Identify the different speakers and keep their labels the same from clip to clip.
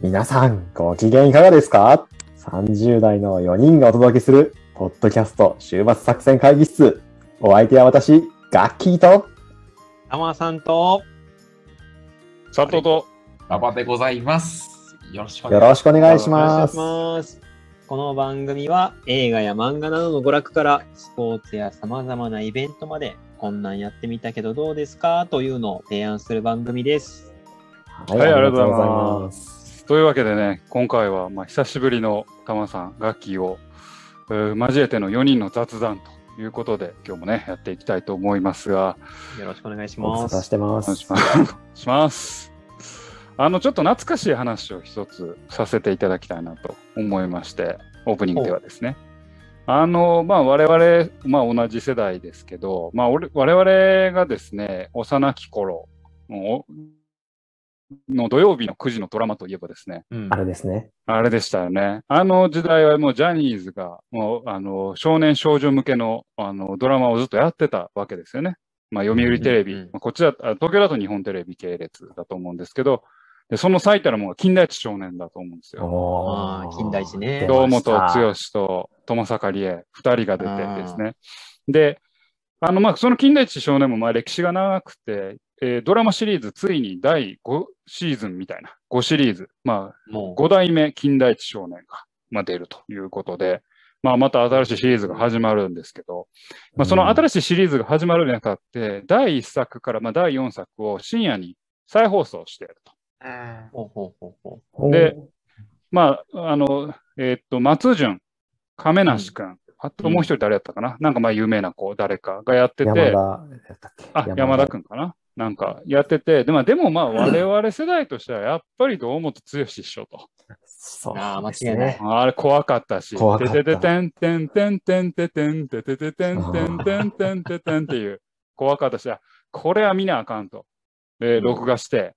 Speaker 1: 皆さん、ご機嫌いかがですか ?30 代の4人がお届けする、ポッドキャスト週末作戦会議室。お相手は私、ガッキーと、
Speaker 2: たまさんと、
Speaker 3: 佐藤と、
Speaker 4: 馬場でございます。よろしくお
Speaker 1: よ
Speaker 4: 願
Speaker 1: ろ
Speaker 4: い
Speaker 1: しくお願いし
Speaker 2: お願
Speaker 1: ま
Speaker 2: い
Speaker 1: す
Speaker 2: し。ます。この番組は映画や漫画などの娯楽からスポーツや様々なイベントまでこんなんやってみたけどどうですかというのを提案する番組です。
Speaker 1: は
Speaker 3: はいありがとうござい
Speaker 1: ありがとうござい
Speaker 3: ま
Speaker 1: ます。
Speaker 3: というわけでね、今回はまあ久しぶりのタマさん、ガッキーを、えー交えての4人の雑談ということで、今日もね、やっていきたいと思いますが、
Speaker 2: よろしくお願いし
Speaker 1: ご
Speaker 2: ま
Speaker 1: 無沙汰し
Speaker 2: す。
Speaker 1: てま
Speaker 3: お願いし
Speaker 1: す
Speaker 3: ま。す。しますあの、ちょっと懐かしい話を一つさせていただきたいなと思いまして、オープニングではですね。あの、まあ、我々、まあ、同じ世代ですけど、まあ、俺我々がですね、幼き頃のの土曜日の9時のドラマといえばですね、
Speaker 4: うん
Speaker 1: あれですね。
Speaker 3: あれでしたよね。あの時代はもうジャニーズが、もうあの少年少女向けのあのドラマをずっとやってたわけですよね。まあ、読売テレビ、
Speaker 2: うんうんうん
Speaker 3: まあこっちだ、あ東京だと日本テレビ系列だと思うんですけど、でその最たるものが金田一少年だと思うんですよ。
Speaker 1: お
Speaker 2: あー金田一ね出
Speaker 3: 堂本
Speaker 1: い。
Speaker 3: 剛と友坂理恵、二人が出てですね。で、あのまあその金田一少年もまあ歴史が長くて、えードラマシリーズついに第5シーズンみたいな、5シリーズ、まあ
Speaker 2: もう
Speaker 3: 5代目金田一少年が、まあ、出るということで、まあ、また新しいシリーズが始まるんですけど、まあ、その新しいシリーズが始まるにあたって、第1作からまあ第4作を深夜に再放送していると。
Speaker 4: うん
Speaker 2: ほうほうほうほ
Speaker 3: でまあ、あの、えーっと、松潤、亀梨君、あともう一人誰やったかな、なんかまあ有名な子、誰かがやってて、
Speaker 1: 山田やったっけ、
Speaker 3: あ、山田君かななんかやってて、でまあ、でもまあ我々世代としてはやっぱり堂本剛師匠と。
Speaker 1: そう
Speaker 2: あー間違
Speaker 1: です
Speaker 2: いない
Speaker 1: ね。
Speaker 3: あれ怖かったし、
Speaker 1: 怖かった
Speaker 3: ててててんてんてんてんててんててててんてんてんてんててんっていう、怖かったし、あこれは見なあかんと。で、
Speaker 2: うん
Speaker 3: 録画して、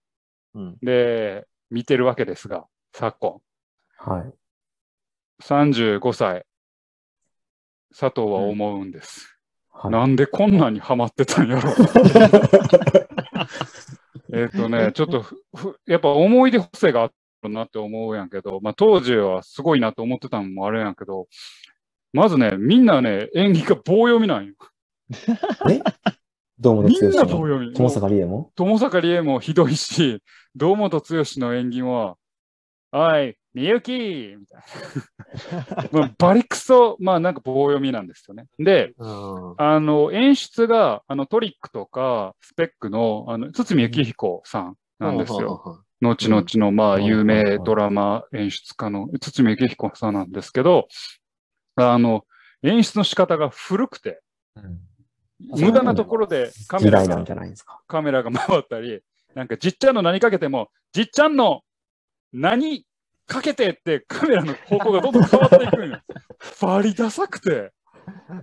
Speaker 2: う。うん。
Speaker 3: で、見てるわけですが、昨今、
Speaker 1: はい。
Speaker 3: 35歳、佐藤は思うんです。
Speaker 1: はい
Speaker 3: なんでこんなにハマってたんやろ。えっとね、ちょっとふ、ふやっぱ思い出補正があったなって思うやんけど、まあ当時はすごいなと思ってたのもあれやんけど、まずね、みんなね、演技が棒読みなんよ。
Speaker 1: 堂本剛
Speaker 3: みんな棒
Speaker 1: の
Speaker 3: 読み。
Speaker 1: 友坂理恵も
Speaker 3: 友坂理恵もひどいし、 堂本剛の演技も、おい、みゆきみたいな。まあ、バリクソ、まあなんか棒読みなんですよね。で、
Speaker 2: うん。
Speaker 3: あの、演出が、あの、トリックとか、スペックの、あの、堤幸彦さんなんですよ。
Speaker 2: よ。
Speaker 3: 後々の、まあ、
Speaker 1: うん
Speaker 3: 有名ドラマ演出家の堤幸彦さんなんですけど、あの、演出の仕方が古くて、無駄なところでカメ
Speaker 1: 時
Speaker 3: ラ
Speaker 1: 代なん
Speaker 3: が
Speaker 1: じ、ゃないですか。
Speaker 3: カメラが回ったり、なんかじっちゃんの何かけても、じっちゃんの何かけてってカメラの方向がどんどん変わっていくんよ。バリダサくて、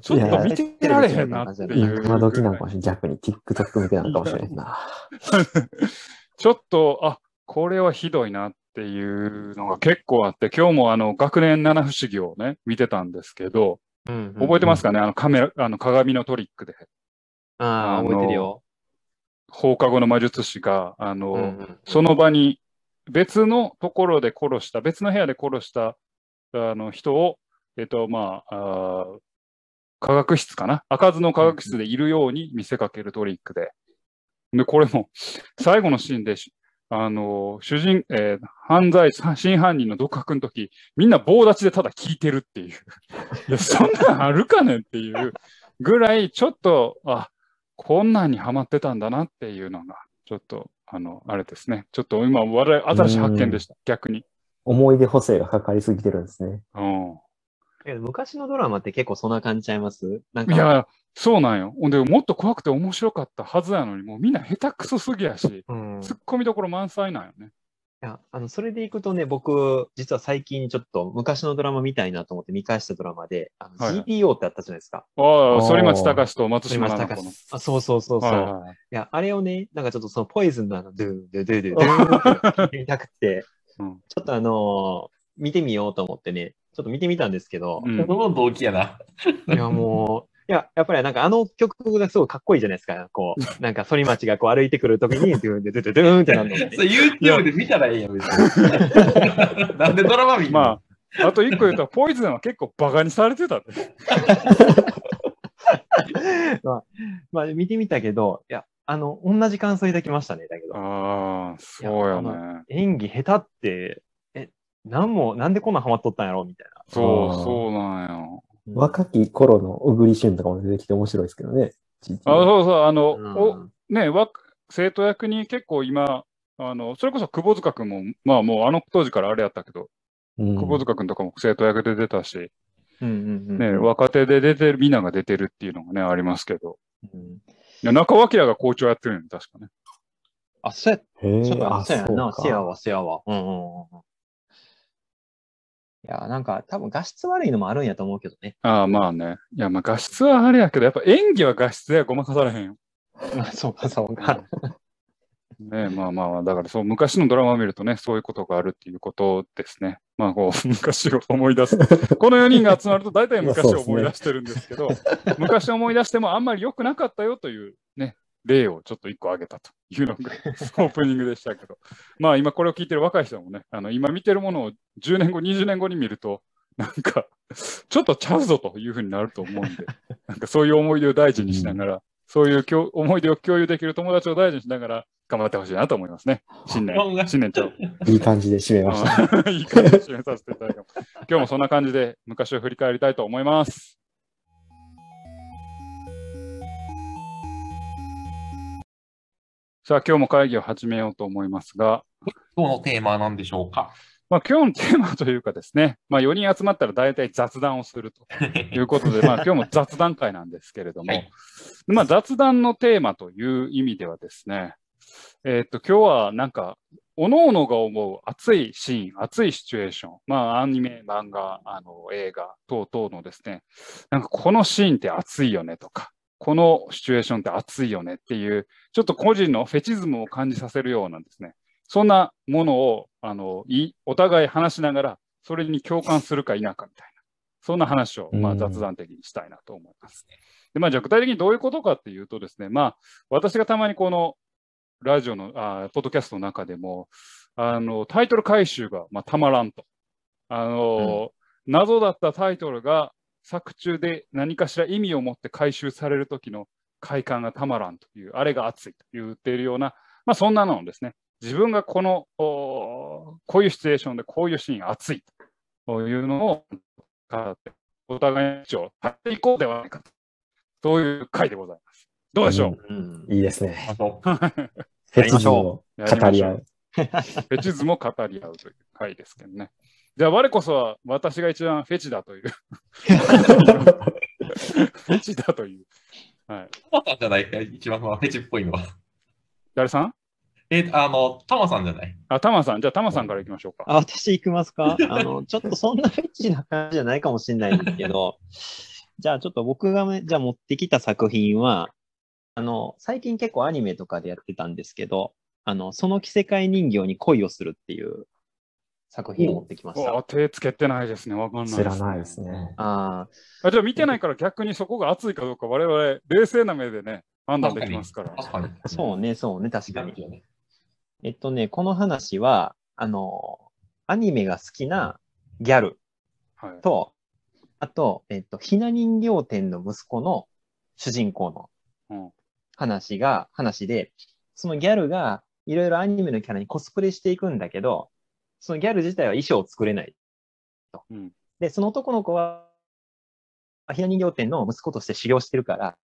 Speaker 3: ちょっと見てられへんなっていう。
Speaker 1: 今時なのかもしれない。逆に TikTok 向けなのかもしれないな。
Speaker 3: ちょっと、あこれはひどいなっていうのが結構あって、今日もあの学年七不思議をね、見てたんですけど、
Speaker 2: うん
Speaker 3: 覚えてますかね、あのカメラ、あの鏡のトリックで、
Speaker 2: ああ、覚えてるよ。
Speaker 3: 放課後の魔術師が、あの、
Speaker 2: うんうん
Speaker 3: その場に別のところで殺した、別の部屋で殺したあの人を、えっと、まあ、あー科学室かな開かずの科学室でいるように見せかけるトリックで。で、これも、最後のシーンでし、あの、主人、えー犯罪、真犯人の独白の時、みんな棒立ちでただ聞いてるっていう。いや、そんなんあるかねんっていうぐらい、ちょっと、あ、こんなんにハマってたんだなっていうのが、ちょっと、あの、あれですね。ちょっと今、我々、新しい発見でした。逆に。
Speaker 1: 思い出補正がかかりすぎてるんですね。
Speaker 3: うん。
Speaker 2: え昔のドラマって結構そんな感じちゃいますなん
Speaker 3: い
Speaker 2: か、
Speaker 3: や、そうなんよ。ほんで、もっと怖くて面白かったはずやのに、もうみんな下手くそすぎやし、
Speaker 2: うん。
Speaker 3: ツッコミどころ満載なんよね。
Speaker 2: いや、あの、それでいくとね、僕、実は最近ちょっと昔のドラマ見たいなと思って見返したドラマで、あの
Speaker 3: はいはい
Speaker 2: GTO ってあったじゃないですか。
Speaker 3: あ
Speaker 1: あ
Speaker 3: あ、
Speaker 1: ー
Speaker 3: 反町隆史と松
Speaker 2: 鳥
Speaker 3: 島
Speaker 2: 松
Speaker 3: 菜々
Speaker 2: 隆
Speaker 3: 子の。
Speaker 2: 史あ、そうそうそうそう、
Speaker 3: はい
Speaker 2: い
Speaker 3: はいはい
Speaker 2: や、あれをね、なんかちょっとそのポイズンのあの、ドゥン、ドゥドゥドゥドゥ ンって聞いてみたくて、
Speaker 3: うん
Speaker 2: ちょっとあのー見てみようと思ってね、ちょっと見てみたんですけど
Speaker 3: う、ん
Speaker 4: この動機やな。
Speaker 2: いやもう、や、やっぱりなんかあの曲がすごいかっこいいじゃないですか。こ う、なんか反町がこう歩いてくるときに、ドゥーンでドゥドゥドゥーンってなるの
Speaker 4: それ YouTube で見たらいいやん、別に。なんでドラマ見るの
Speaker 3: まあ、あと一個言うと、ポイズンは結構バカにされてた ね。
Speaker 2: まあ、まあ、見てみたけど、いや、あの、同じ感想いただきましたね、だけど。
Speaker 3: ああ、そうや
Speaker 2: いや
Speaker 3: ね。
Speaker 2: 演技下手って、え、なんも、なんでこんなんハマっとったんやろみたいな。
Speaker 3: そう、
Speaker 1: あー
Speaker 3: そうなんよ。
Speaker 2: うん
Speaker 1: 若き頃の小栗旬とかも出てきて面白いですけどね。
Speaker 3: あそうそう、あの、
Speaker 2: うん
Speaker 3: おね、わ生徒役に結構今、あのそれこそ窪塚君も、まあもうあの当時からあれやったけど、
Speaker 1: うん
Speaker 3: 窪塚君とかも生徒役で出たし、
Speaker 2: うんうんうん。
Speaker 3: ね、若手で出てる、みんなが出てるっていうのがね、ありますけど、
Speaker 2: うん
Speaker 3: いや中脇が校長やってるよね、確かね。
Speaker 2: あ、そうや
Speaker 1: へえ
Speaker 2: そう
Speaker 1: あ
Speaker 2: や、そうやな、
Speaker 1: か
Speaker 2: せやわ、せやわ。うんうんうんうん。いや、なんか、多分画質悪いのもあるんやと思うけどね。
Speaker 3: ああ、まあね。いや、まあ画質はあれやけど、やっぱ演技は画質ではごまかされへんよ。
Speaker 2: まあ、 そうか、そうか。
Speaker 3: ね、まあまあ、だからそう、昔のドラマを見るとね、そういうことがあるっていうことですね。まあ、こう、 昔を思い出す。この4人が集まると大体昔を思い出してるんですけど、昔を思い出してもあんまり良くなかったよというね、例をちょっと一個挙げたというのがオープニングでしたけど、まあ今これを聞いてる若い人もね、あの今見てるものを10年後、20年後に見ると、なんか、ちょっとちゃうぞというふうになると思うんで、なんかそういう思い出を大事にしながら、そういうきょ思い出を共有できる友達を大事にしながら、頑張ってほしいなと思いますね。新年
Speaker 4: 頑張、っ
Speaker 3: 新年ちゃう。
Speaker 1: いい感じで締めました。
Speaker 3: うん いい感じで締めさせていただきます。今日もそんな感じで昔を振り返りたいと思います。さあ、今日も会議を始めようと思いますが、
Speaker 4: 今日のテーマは何でしょうか
Speaker 3: まあ、今日のテーマというかです ね、まあ、4人集まったら大体雑談をするということ で、まあ、今日も雑談会なんですけれども、
Speaker 4: はい
Speaker 3: まあ、雑談のテーマという意味ではですね、えーっと、今日はなんか、おののが思う熱いシーン、熱いシチュエーション、まあ、アニメ、漫画、あの映画等々のですね、なんかこのシーンって熱いよねとか、このシチュエーションって熱いよねっていう、ちょっと個人のフェチズムを感じさせるようなですね、そんなものをあのいお互い話しながら、それに共感するか否かみたいな、そんな話を、ま
Speaker 1: う
Speaker 3: あ、
Speaker 1: ん
Speaker 3: 雑談的にしたいなと思います。でまあ、じゃあ具体的にどういうことかっていうとですね、まあ、私がたまにこのラジオの、あポッドキャストの中でも、あのタイトル回収が、まあ、たまらんと。あの謎だったタイトルが作中で何かしら意味を持って回収される時の快感がたまらんという、あれが熱いと言っているような、まあ、そんなのをですね、自分がこのおーこういうシチュエーションでこういうシーン熱いというのを語ってお互いの位置を立っていこうではないかとそういう回でございます。どうでしょ
Speaker 2: う
Speaker 3: う、
Speaker 2: ん。
Speaker 1: いいですね。
Speaker 4: あ と
Speaker 1: フ
Speaker 2: や
Speaker 1: ェ
Speaker 2: り
Speaker 1: チ
Speaker 2: ま
Speaker 1: ズ
Speaker 2: し
Speaker 1: ム
Speaker 2: ょ
Speaker 1: を語り合う。
Speaker 3: フェチズムを語り合うという回ですけどね。じゃあ我こそは私が一番フェチだという フェチだという。はい、
Speaker 4: タマさんじゃないか、一番まあフェチっぽいのは。
Speaker 3: 誰さん
Speaker 4: えー、あの、タマさんじゃない。
Speaker 3: あ、タマさん。じゃあタマさんからいきましょうか。
Speaker 2: あ、私行きますかあの、ちょっとそんなフェチな感じじゃないかもしれないんですけど、 じゃあちょっと僕がね、じゃあ持ってきた作品は、あの、最近結構アニメとかでやってたんですけど、あの、その着せ替え人形に恋をするっていう作品を持ってきました。
Speaker 3: お
Speaker 2: あ
Speaker 3: 手つけてないですね。わかんない、
Speaker 1: 知らないですね。
Speaker 2: あ
Speaker 3: あ。じゃあ見てないから逆にそこが熱いかどうか我々冷静な目でね、判断できますから。
Speaker 4: 確かに。
Speaker 2: ー、そうね、そうね、確かに。
Speaker 4: に。
Speaker 2: えっとね、この話は、あの、アニメが好きなギャル
Speaker 3: はい、
Speaker 2: と、あと、えっと、ひな人形店の息子の主人公の
Speaker 3: うん
Speaker 2: 話が、話で、そのギャルがいろいろアニメのキャラにコスプレしていくんだけど、そのギャル自体は衣装を作れないと。
Speaker 3: うん
Speaker 2: で、その男の子は、ひな人形店の息子として修行してるから、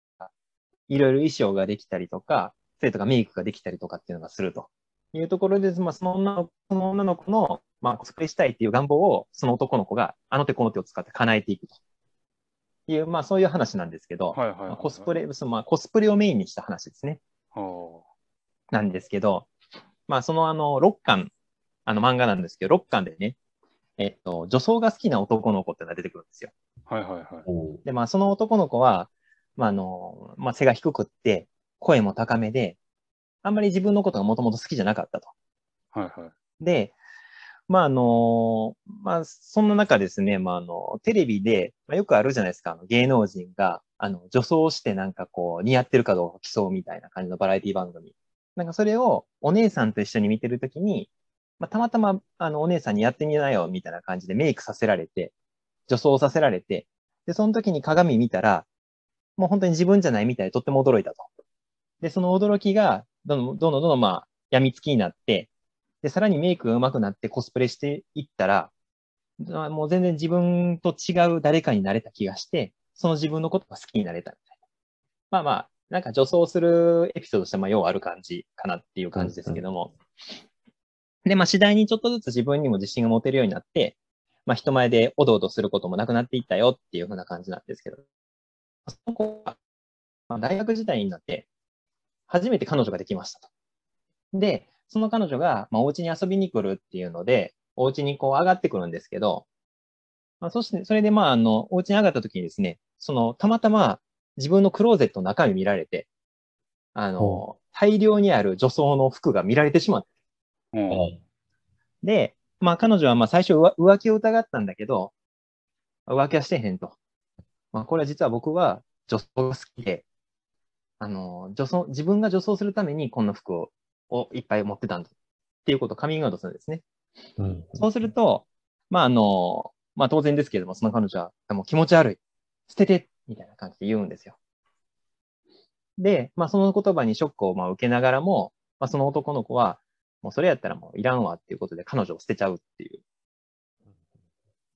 Speaker 2: いろいろ衣装ができたりとか、それとかメイクができたりとかっていうのがするというところで、まあ、その女のその女の子の、まあ、コスプレしたいっていう願望を、その男の子があの手この手を使って叶えていくという、まあそういう話なんですけど、
Speaker 3: はいはいはい
Speaker 2: まあコスプレ、そのまあコスプレをメインにした話ですね。
Speaker 3: は
Speaker 2: なんですけど、まあそのあの6巻、あの漫画なんですけど、6巻でね、えっと、女装が好きな男の子っていうのが出てくるんですよ。
Speaker 3: あはいはいはい。
Speaker 4: おー
Speaker 2: で、まあ、その男の子は、まあ、あの、まあ、背が低くって、声も高めで、あんまり自分のことがもともと好きじゃなかったと。
Speaker 3: はいはい。
Speaker 2: で、まあ、あの、まあ、そんな中ですね、まあ、あの、テレビで、まあ、よくあるじゃないですか、あの芸能人が、あの、女装してなんかこう、似合ってるかどうか競うみたいな感じのバラエティ番組。なんかそれをお姉さんと一緒に見てるときに、まあ、たまたま、あの、お姉さんにやってみなよ、みたいな感じでメイクさせられて、女装させられて、で、その時に鏡見たら、もう本当に自分じゃないみたいでとっても驚いたと。で、その驚きが、どんどんどんどんどんまあ、病みつきになって、で、さらにメイクが上手くなってコスプレしていったら、あもう全然自分と違う誰かになれた気がして、その自分のことが好きになれたみたいな。まあまあ、なんか女装するエピソードとしては、まあ、ようある感じかなっていう感じですけども。で、まあ、次第にちょっとずつ自分にも自信が持てるようになって、まあ、人前でおどおどすることもなくなっていったよっていうふうな感じなんですけど、その子は、まあ、大学時代になって、初めて彼女ができましたと。で、その彼女が、まあ、お家に遊びに来るっていうので、お家にこう上がってくるんですけど、まあ、そして、それでまあ、あの、お家に上がった時にですね、その、たまたま自分のクローゼットの中身見られて、あの
Speaker 1: ほ、
Speaker 2: 大量にある女装の服が見られてしまった。
Speaker 3: うん
Speaker 2: で、まあ彼女はまあ最初浮浮気を疑ったんだけど、浮気はしてへんと。まあこれは実は僕は女装が好きで、あの、女装、自分が女装するためにこんな服ををいっぱい持ってたんだっていうことをカミングアウトするんですね。
Speaker 1: うん
Speaker 2: そうすると、まああの、まあ当然ですけれども、その彼女はもう気持ち悪い。捨ててみたいな感じで言うんですよ。で、まあその言葉にショックをまあ受けながらも、まあその男の子は、もうそれやったらもういらんわっていうことで彼女を捨てちゃうっていう。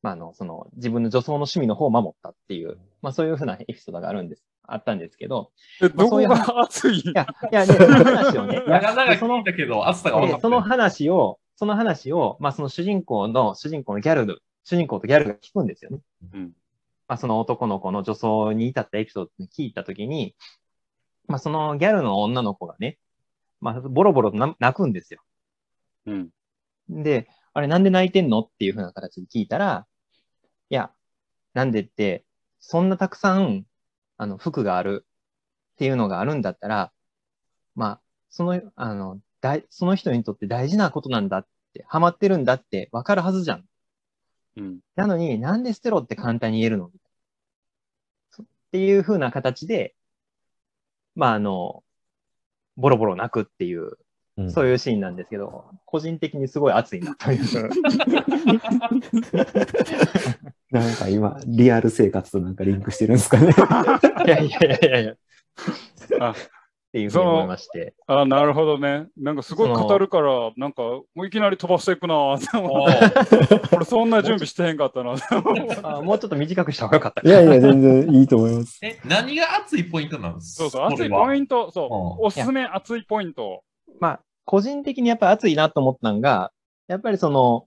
Speaker 2: まああの、その自分の女装の趣味の方を守ったっていう、まあそういうふうなエピソードがあるんです、あったんですけど、
Speaker 3: えどこ
Speaker 2: まあ
Speaker 3: が熱い
Speaker 2: いや、いや、ね、その話をね、いや
Speaker 4: 長々聞いたけど、暑さが分か
Speaker 2: で
Speaker 4: っ、た。
Speaker 2: その話を、その話を、まあ、その主人公の、主人公のギャルの、主人公とギャルが聞くんですよね。
Speaker 3: うん
Speaker 2: まあ、その男の子の女装に至ったエピソードに聞いたときに、まあ、そのギャルの女の子がね、まあ、ボロボロとな泣くんですよ。
Speaker 3: うん
Speaker 2: で、あれなんで泣いてんのっていうふうな形で聞いたら、いや、なんでって、そんなたくさん、あの、服があるっていうのがあるんだったら、まあ、その、あの、大その人にとって大事なことなんだって、ハマってるんだってわかるはずじゃん。
Speaker 3: うん
Speaker 2: なのになんで捨てろって簡単に言えるのそっていう風な形で、まあ、あの、ボロボロ泣くっていう、
Speaker 1: うん
Speaker 2: そういうシーンなんですけど、個人的にすごい熱いなという。
Speaker 1: なんか今、リアル生活となんかリンクしてるんですかね。
Speaker 2: いやいやいやいやいや。っ
Speaker 3: あ
Speaker 2: ていうふうに思いまして。
Speaker 3: あなるほどね。なんかすごい語るから、なんかもういきなり飛ばしていくなぁ。
Speaker 4: お ー
Speaker 3: 俺そんな準備してへんかったな。
Speaker 2: あもうちょっと短くした方がよかった
Speaker 1: いやいや、全然いいと思います。
Speaker 4: え、何が熱いポイントなんです
Speaker 3: そうそう、熱いポイ
Speaker 4: ン
Speaker 3: ント、そうう、おすすめ熱いポイント。
Speaker 2: まあ、個人的にやっぱり熱いなと思ったのが、やっぱりその、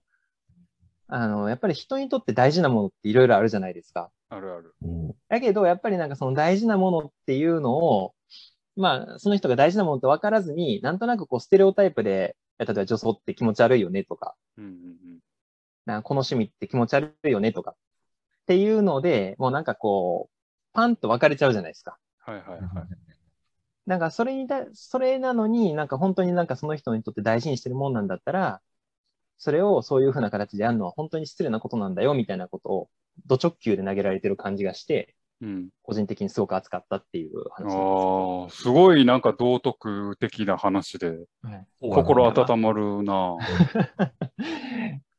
Speaker 2: あの、やっぱり人にとって大事なものっていろいろあるじゃないですか。
Speaker 3: あるある。
Speaker 1: うん
Speaker 2: だけど、やっぱりなんかその大事なものっていうのを、まあ、その人が大事なものって分からずに、なんとなくこう、ステレオタイプで、例えば女装って気持ち悪いよねとか、
Speaker 3: うんうん
Speaker 2: なんかこの趣味って気持ち悪いよねとか、っていうので、もうなんかこう、パンと分かれちゃうじゃないですか。
Speaker 3: うん。はいはいはい。
Speaker 2: なんかそれにだ、それなのになんか本当になんかその人にとって大事にしてるもんなんだったら、それをそういうふうな形でやるのは本当に失礼なことなんだよみたいなことを、ド直球で投げられてる感じがして、
Speaker 3: うん、
Speaker 2: 個人的にすごく熱かったっていう話なんですけど。
Speaker 3: ああ、すごいなんか道徳的な話で、心温まるなぁ。
Speaker 2: い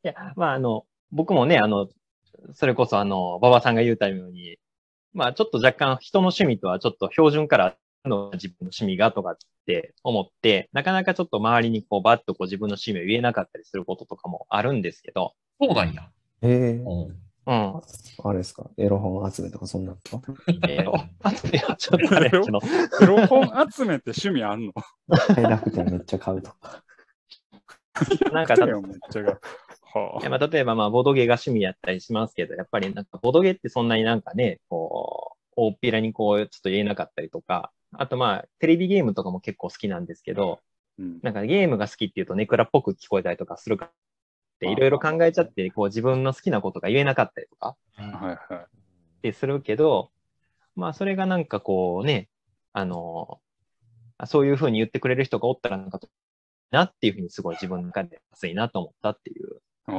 Speaker 2: や、まあ、あの、僕もね、あの、それこそ、あの、馬場さんが言うたように、まあ、ちょっと若干人の趣味とはちょっと標準からの自分の趣味がとかって思って、なかなかちょっと周りにこう、バッとこう自分の趣味を言えなかったりすることとかもあるんですけど、
Speaker 4: そうなんや。
Speaker 1: ええ
Speaker 4: うん
Speaker 2: うん。
Speaker 1: あれですかエロ本集めとかそんなんとか
Speaker 2: えー、あとではちょっとあれやけ ど、
Speaker 3: エロ本集めて趣味あんの
Speaker 1: 買えなくてめっちゃ買うとか。
Speaker 2: なんか
Speaker 3: だよ、めっちゃが。はいあ
Speaker 2: やまあ、例えば、まあ、ボドゲが趣味やったりしますけど、やっぱりなんか、ボドゲってそんなになんかね、こう、大っぴらにこう、ちょっと言えなかったりとか、あとまあ、テレビゲームとかも結構好きなんですけど、
Speaker 3: うん
Speaker 2: なんかゲームが好きっていうとネクラっぽく聞こえたりとかするからって、いろいろ考えちゃって、こう、自分の好きなことが言えなかったりとか
Speaker 3: はいはい。
Speaker 2: ってするけど、まあ、それがなんかこうね、あの、あそういうふうに言ってくれる人がおったらなんか、なっていうふうにすごい自分の中で熱いなと思ったっていう
Speaker 3: ああ、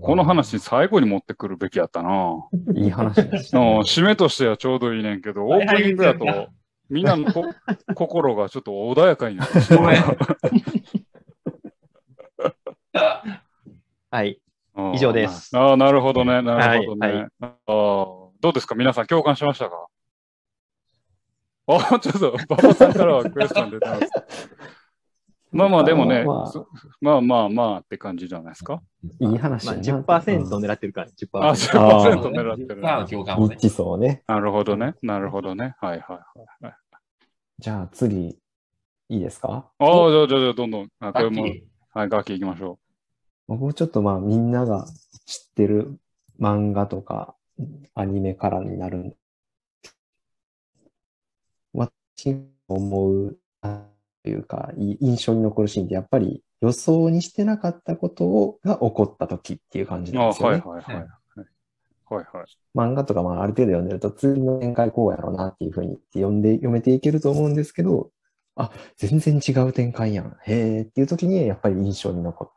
Speaker 3: この話最後に持ってくるべきやったな。うん
Speaker 1: いい話で した、ね。
Speaker 3: 締めとしてはちょうどいいねんけど、オープニングだとみんなのこ心がちょっと穏やかになってし まう
Speaker 4: ごめん。
Speaker 2: はい。
Speaker 3: うん
Speaker 2: 以上です
Speaker 3: ああ、なるほどね。なるほどね。
Speaker 2: はいは
Speaker 3: ああどうですか皆さん共感しましたかあちょっと、馬場さんからはクエスチョン出た んです。まあまあ、でもね、
Speaker 1: まあ
Speaker 3: そまあまあまあって感じじゃないですか。
Speaker 1: いい話
Speaker 2: ま
Speaker 1: や
Speaker 2: あ、
Speaker 1: な
Speaker 2: 10%狙ってるから、10%。
Speaker 3: あ、10%狙ってる。
Speaker 4: さあ、共感
Speaker 1: う
Speaker 4: を
Speaker 1: ん
Speaker 4: ね。
Speaker 1: 一致そうね。
Speaker 3: なるほどね。なるほどね。はいはいはい。はい
Speaker 1: じゃあ次、いいですか
Speaker 3: ああ、じゃあじゃあじゃあどんどん。あこ
Speaker 4: さ
Speaker 3: れ
Speaker 4: っ
Speaker 3: も、
Speaker 4: き
Speaker 3: はい、楽器行きましょ
Speaker 1: 僕もちょっとまあみんなが知ってる漫画とかアニメからになるんで私が思うあというかい印象に残るシーンってやっぱり予想にしてなかったことをが起こった時っていう感じ
Speaker 3: う。
Speaker 1: なん
Speaker 3: あ
Speaker 1: ですよ
Speaker 3: はい
Speaker 1: ね。
Speaker 3: はいはい。はいはいはい。
Speaker 1: 漫画とかまあある程度読んでると次の展開こうやろうなっていうふうに読んで読めていけると思うんですけどあ全然違う展開やんへーっていう時にやっぱり印象に残る。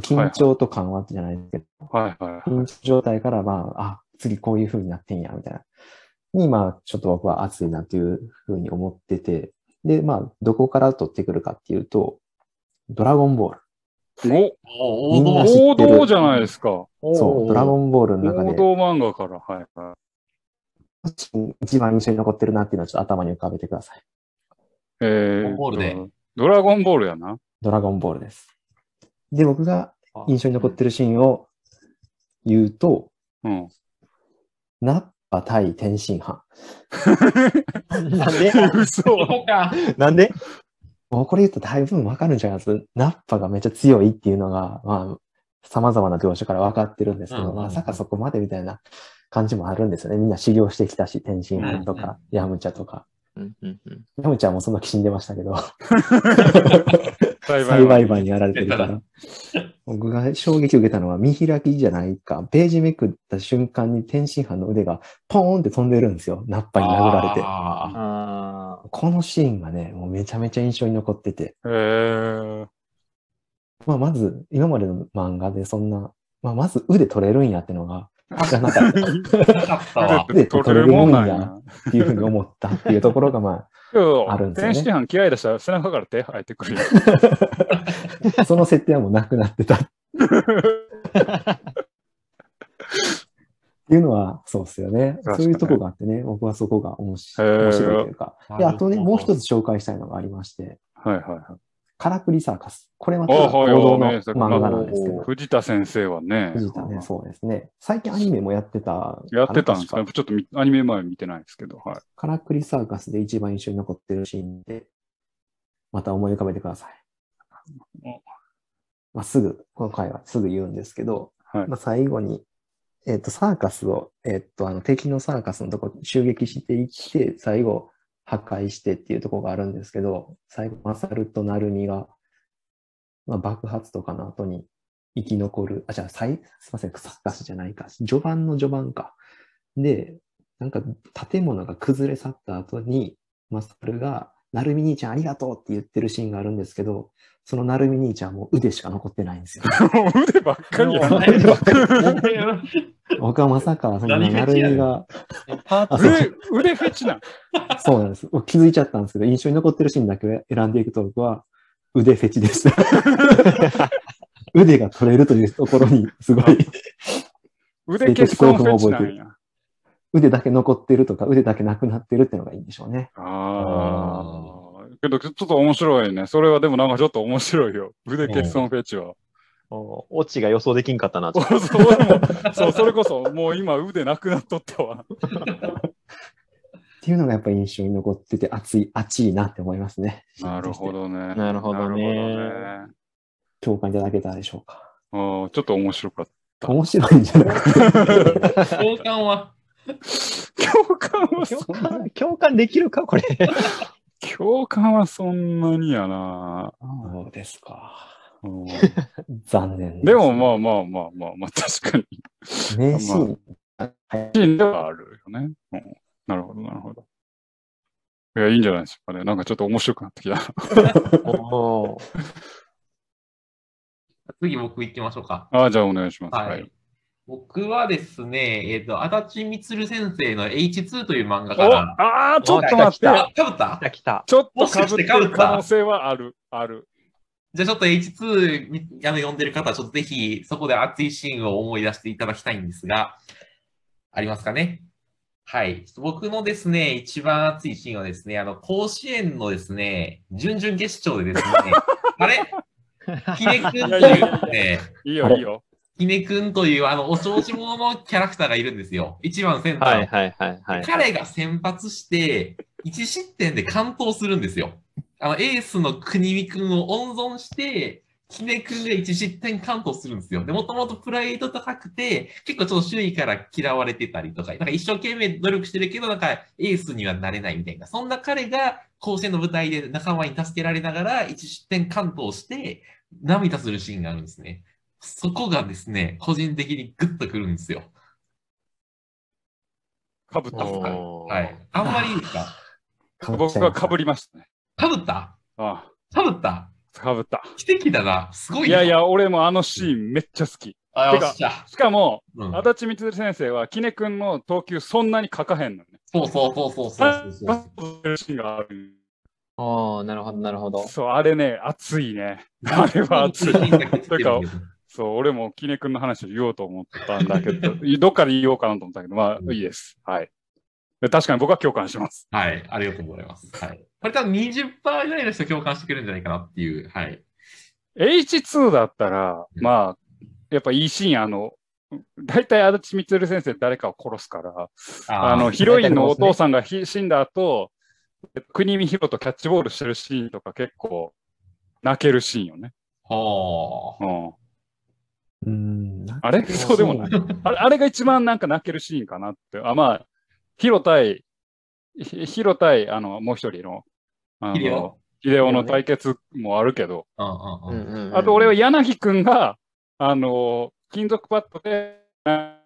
Speaker 1: 緊張と緩和じゃないですけど、
Speaker 3: はいはいは
Speaker 1: 緊
Speaker 3: い。
Speaker 1: 張状態から、まあ、あ、次こういう風になってんや、みたいな。に、まあ、ちょっと僕は熱いなという風に思ってて。で、まあ、どこから取ってくるかっていうと、ドラゴンボール。
Speaker 4: お王
Speaker 1: みんな
Speaker 4: 道
Speaker 1: 知
Speaker 3: お王
Speaker 1: ってる
Speaker 3: 道じゃないですか。
Speaker 1: そう、ドラゴンボールの中
Speaker 3: 王
Speaker 1: で、
Speaker 3: 道漫画から。はいはい。
Speaker 1: 一番印象に残ってるなっていうのをちょっと頭に浮かべてください。
Speaker 3: えー
Speaker 4: ボールで
Speaker 3: とドラゴンボールやな。
Speaker 1: ドラゴンボールです。で、僕が印象に残ってるシーンを言うと、
Speaker 3: うん。
Speaker 1: ナッパ対天津飯。
Speaker 2: なんで
Speaker 3: 嘘。
Speaker 4: そうか。
Speaker 2: なんで
Speaker 1: もうこれ言うとだいぶわかるんじゃないですか。ナッパがめっちゃ強いっていうのが、まあ、様々な業種から分かってるんですけ
Speaker 4: うん
Speaker 1: ど、
Speaker 4: うんうん
Speaker 1: まさかそこまでみたいな感じもあるんですよね。みんな修行してきたし、天津飯と
Speaker 4: うんう
Speaker 1: か、ヤムチャとか。
Speaker 2: うんうんうん
Speaker 1: ヤムチャもそんな気死んでましたけど、栽
Speaker 3: 栽培は
Speaker 1: 培版にやられてるから。僕が衝撃を受けたのは、見開きじゃないか。ページめくった瞬間に天津飯の腕がポーンって飛んでるんですよ。ナッパに殴られて。
Speaker 4: あ
Speaker 2: あー
Speaker 1: このシーンがね、もうめちゃめちゃ印象に残ってて。
Speaker 3: えー。
Speaker 1: まあ、まず、今までの漫画でそんな、まあ、まず腕取れるんやってのが、知らなかった
Speaker 4: ーよかったわ。
Speaker 3: 取れ取れるもんなんや。
Speaker 1: っていうふうに思ったっていうところが、ま
Speaker 3: けど
Speaker 1: あるんですよ
Speaker 3: 天
Speaker 1: ね
Speaker 3: 津飯嫌いだしたら背中から手入ってく るやん。
Speaker 1: あ、その設定はもうなくなってたっていうのは、そうですよね。
Speaker 3: 確か
Speaker 1: そ
Speaker 3: に
Speaker 1: ういうとこがあってね、僕はそこが面
Speaker 3: へ
Speaker 1: 白
Speaker 3: ー
Speaker 1: い面白いというか。で、
Speaker 4: な
Speaker 1: あ
Speaker 4: るほ
Speaker 1: とね、
Speaker 4: ど
Speaker 1: もう一つ紹介したいのがありまして、
Speaker 3: はいはいは。
Speaker 1: からくりサーカス。これはい
Speaker 3: あ
Speaker 1: 王
Speaker 3: はい
Speaker 1: 道の
Speaker 3: はい。
Speaker 1: 漫画なんですけ
Speaker 3: まあ
Speaker 1: ど、
Speaker 3: 藤田先生はね。
Speaker 1: 藤田ね、そうですね。最近アニメもやってた。
Speaker 3: やってたんです
Speaker 1: か
Speaker 3: か
Speaker 1: な
Speaker 3: ちょっとみアニメ前見てないですけど。はい。
Speaker 1: からくりサーカスで一番印象に残ってるシーンで、また思い浮かべてください
Speaker 3: お。
Speaker 1: まあ、すぐ、この回はすぐ言うんですけど、
Speaker 3: はい
Speaker 1: まあ、最後に、えっ、と、サーカスを、えっ、と、あの、敵のサーカスのとこ襲撃していって、最後、破壊してっていうところがあるんですけど、最後、マサルとナルミが、まあ、爆発とかの後に生き残る、あ、じゃあ、最、すいません、サーカスじゃないか、序盤の序盤か。で、なんか建物が崩れ去った後に、マサルが、なるみ兄ちゃんありがとうって言ってるシーンがあるんですけど、そのなるみ兄ちゃんも腕しか残ってないんです よ。
Speaker 3: もう 腕ばっかりや
Speaker 4: もう
Speaker 3: な。
Speaker 4: 腕ばっかりやな
Speaker 1: 僕はまさか、その
Speaker 4: 何フ
Speaker 1: な
Speaker 4: ェ
Speaker 1: る
Speaker 4: チやね
Speaker 1: み
Speaker 4: ん
Speaker 1: が、
Speaker 2: パーツ
Speaker 1: あそう
Speaker 3: 腕、腕フェチなん。
Speaker 1: そうなんです。僕気づいちゃったんですけど、印象に残ってるシーンだけ選んでいくと僕は、腕フェチでした。 腕が取れるというところに、すごい、
Speaker 3: 腕欠損フェチなんや。
Speaker 1: 腕だけ残ってるとか、腕だけなくなってるってのがいいんでしょうね。
Speaker 3: ああ。けど、ちょっと面白いね。それはでもなんかちょっと面白いよ。腕欠損フェチは。
Speaker 2: おオチが予想できんかったな。ちょっ
Speaker 3: そうそう俺もそう、それこそ、もう今腕なくなっとったわ。
Speaker 1: っていうのがやっぱり印象に残ってて、熱い、熱いなって思いますね。
Speaker 3: なるほどね。
Speaker 2: なるほどね
Speaker 3: なる
Speaker 1: 共感いただけたでしょうか。
Speaker 3: ほどねあーちょっと面白かっ
Speaker 1: 面白いんじゃなくて、
Speaker 4: 共感は。
Speaker 3: た。共感は
Speaker 2: と
Speaker 3: そ
Speaker 2: 共
Speaker 3: んな
Speaker 2: 感、共感できるかこれ。
Speaker 3: 共感はそんなにやな。
Speaker 1: そうですか。
Speaker 3: うん
Speaker 1: 残念
Speaker 3: でも
Speaker 1: あ、
Speaker 3: まあまあまあまあ、まあ、確かに。
Speaker 1: 名シーン、はい
Speaker 3: シーンではあるよね。うん、なるほど、なるほど。いや、いいんじゃないですかね。なんかちょっと面白くなってきた。
Speaker 2: おー
Speaker 4: 次僕行きましょうか。
Speaker 3: ああ、じゃあお願いします。
Speaker 4: は
Speaker 3: はいい。。
Speaker 4: 僕はですね、えっ、と、足立光先生の H2 という漫画
Speaker 3: お
Speaker 4: から。
Speaker 3: ああ、ちょっと待っ
Speaker 2: 来た来
Speaker 3: て。
Speaker 4: あ、かぶった
Speaker 2: 来た来た。
Speaker 3: ちょっとかぶってる可能性はある。ある。
Speaker 4: じゃあちょっと H2 にあの読んでる方は、ちょっとぜひそこで熱いシーンを思い出していただきたいんですが、ありますかねはい。僕のですね、一番熱いシーンはですね、あの、甲子園のですね、準々決勝でですね、あれひねくんというですね、
Speaker 3: いいよ、いいよ。
Speaker 4: ひねくんというあの、お調子者のキャラクターがいるんですよ。一番センターの。
Speaker 2: はいはいはいはい。
Speaker 4: 彼が先発して、1失点で完投するんですよ。あの、エースの国見君を温存して、きね君が1失点完投するんですよ。で、もともとプライド高くて、結構ちょっと周囲から嫌われてたりとか、なんか一生懸命努力してるけど、なんかエースにはなれないみたいな。そんな彼が甲子園の舞台で仲間に助けられながら1失点完投して、涙するシーンがあるんですね。そこがですね、個人的にグッとくるんですよ。
Speaker 3: かぶった。
Speaker 2: おー
Speaker 4: はい。あんまりいいですか
Speaker 1: かぶっちゃい
Speaker 3: 僕
Speaker 1: ま
Speaker 3: が
Speaker 1: した
Speaker 3: かぶりましたね。
Speaker 4: かぶった
Speaker 3: あ
Speaker 4: かぶった
Speaker 3: あ、かぶった。
Speaker 4: 奇跡だな。すごいな。
Speaker 3: いやいや、俺もあのシーンめっちゃ好き。
Speaker 4: あ。
Speaker 3: て
Speaker 4: よ
Speaker 3: か
Speaker 4: っしゃ。
Speaker 3: しかも、
Speaker 4: うん、
Speaker 3: 足立光先生は、キネ君の投球そんなに書かへんのね。
Speaker 4: そうそうそうそうそうそうそう。
Speaker 3: シーンがある。
Speaker 2: おーなるほどなるほど。
Speaker 3: そう、あれね、熱いね。あれは熱い。というか、そう、俺もキネ君の話を言おうと思ったんだけど、どっかで言おうかなと思ったけど、まあいいです。はい。確かに僕は共感します。
Speaker 4: はい。ありがとうございます。はい。これ多分20%ぐらいの人共感してくれるんじゃないかなっていう。はい。
Speaker 3: H2 だったら、
Speaker 4: うん
Speaker 3: まあ、やっぱいいシーン、あの、大体足立光先生誰かを殺すから、あ
Speaker 4: ー
Speaker 3: の、ヒロインのお父さんがひ死んだ後、国見ヒロとキャッチボールしてるシーンとか結構泣けるシーンよね。
Speaker 4: ほ
Speaker 3: うん。
Speaker 1: うーん。なんか
Speaker 3: あれそうでもない。あれあれが一番なんか泣けるシーンかなって。あ、まあ、ヒロ対、ひヒロ対、あの、もう一人の、あ
Speaker 4: ヒデオ
Speaker 3: の、ヒデオの対決もあるけど、
Speaker 4: う。うんうんうん。
Speaker 2: あ
Speaker 3: あと俺は柳くんが、あの、金属バットで、あ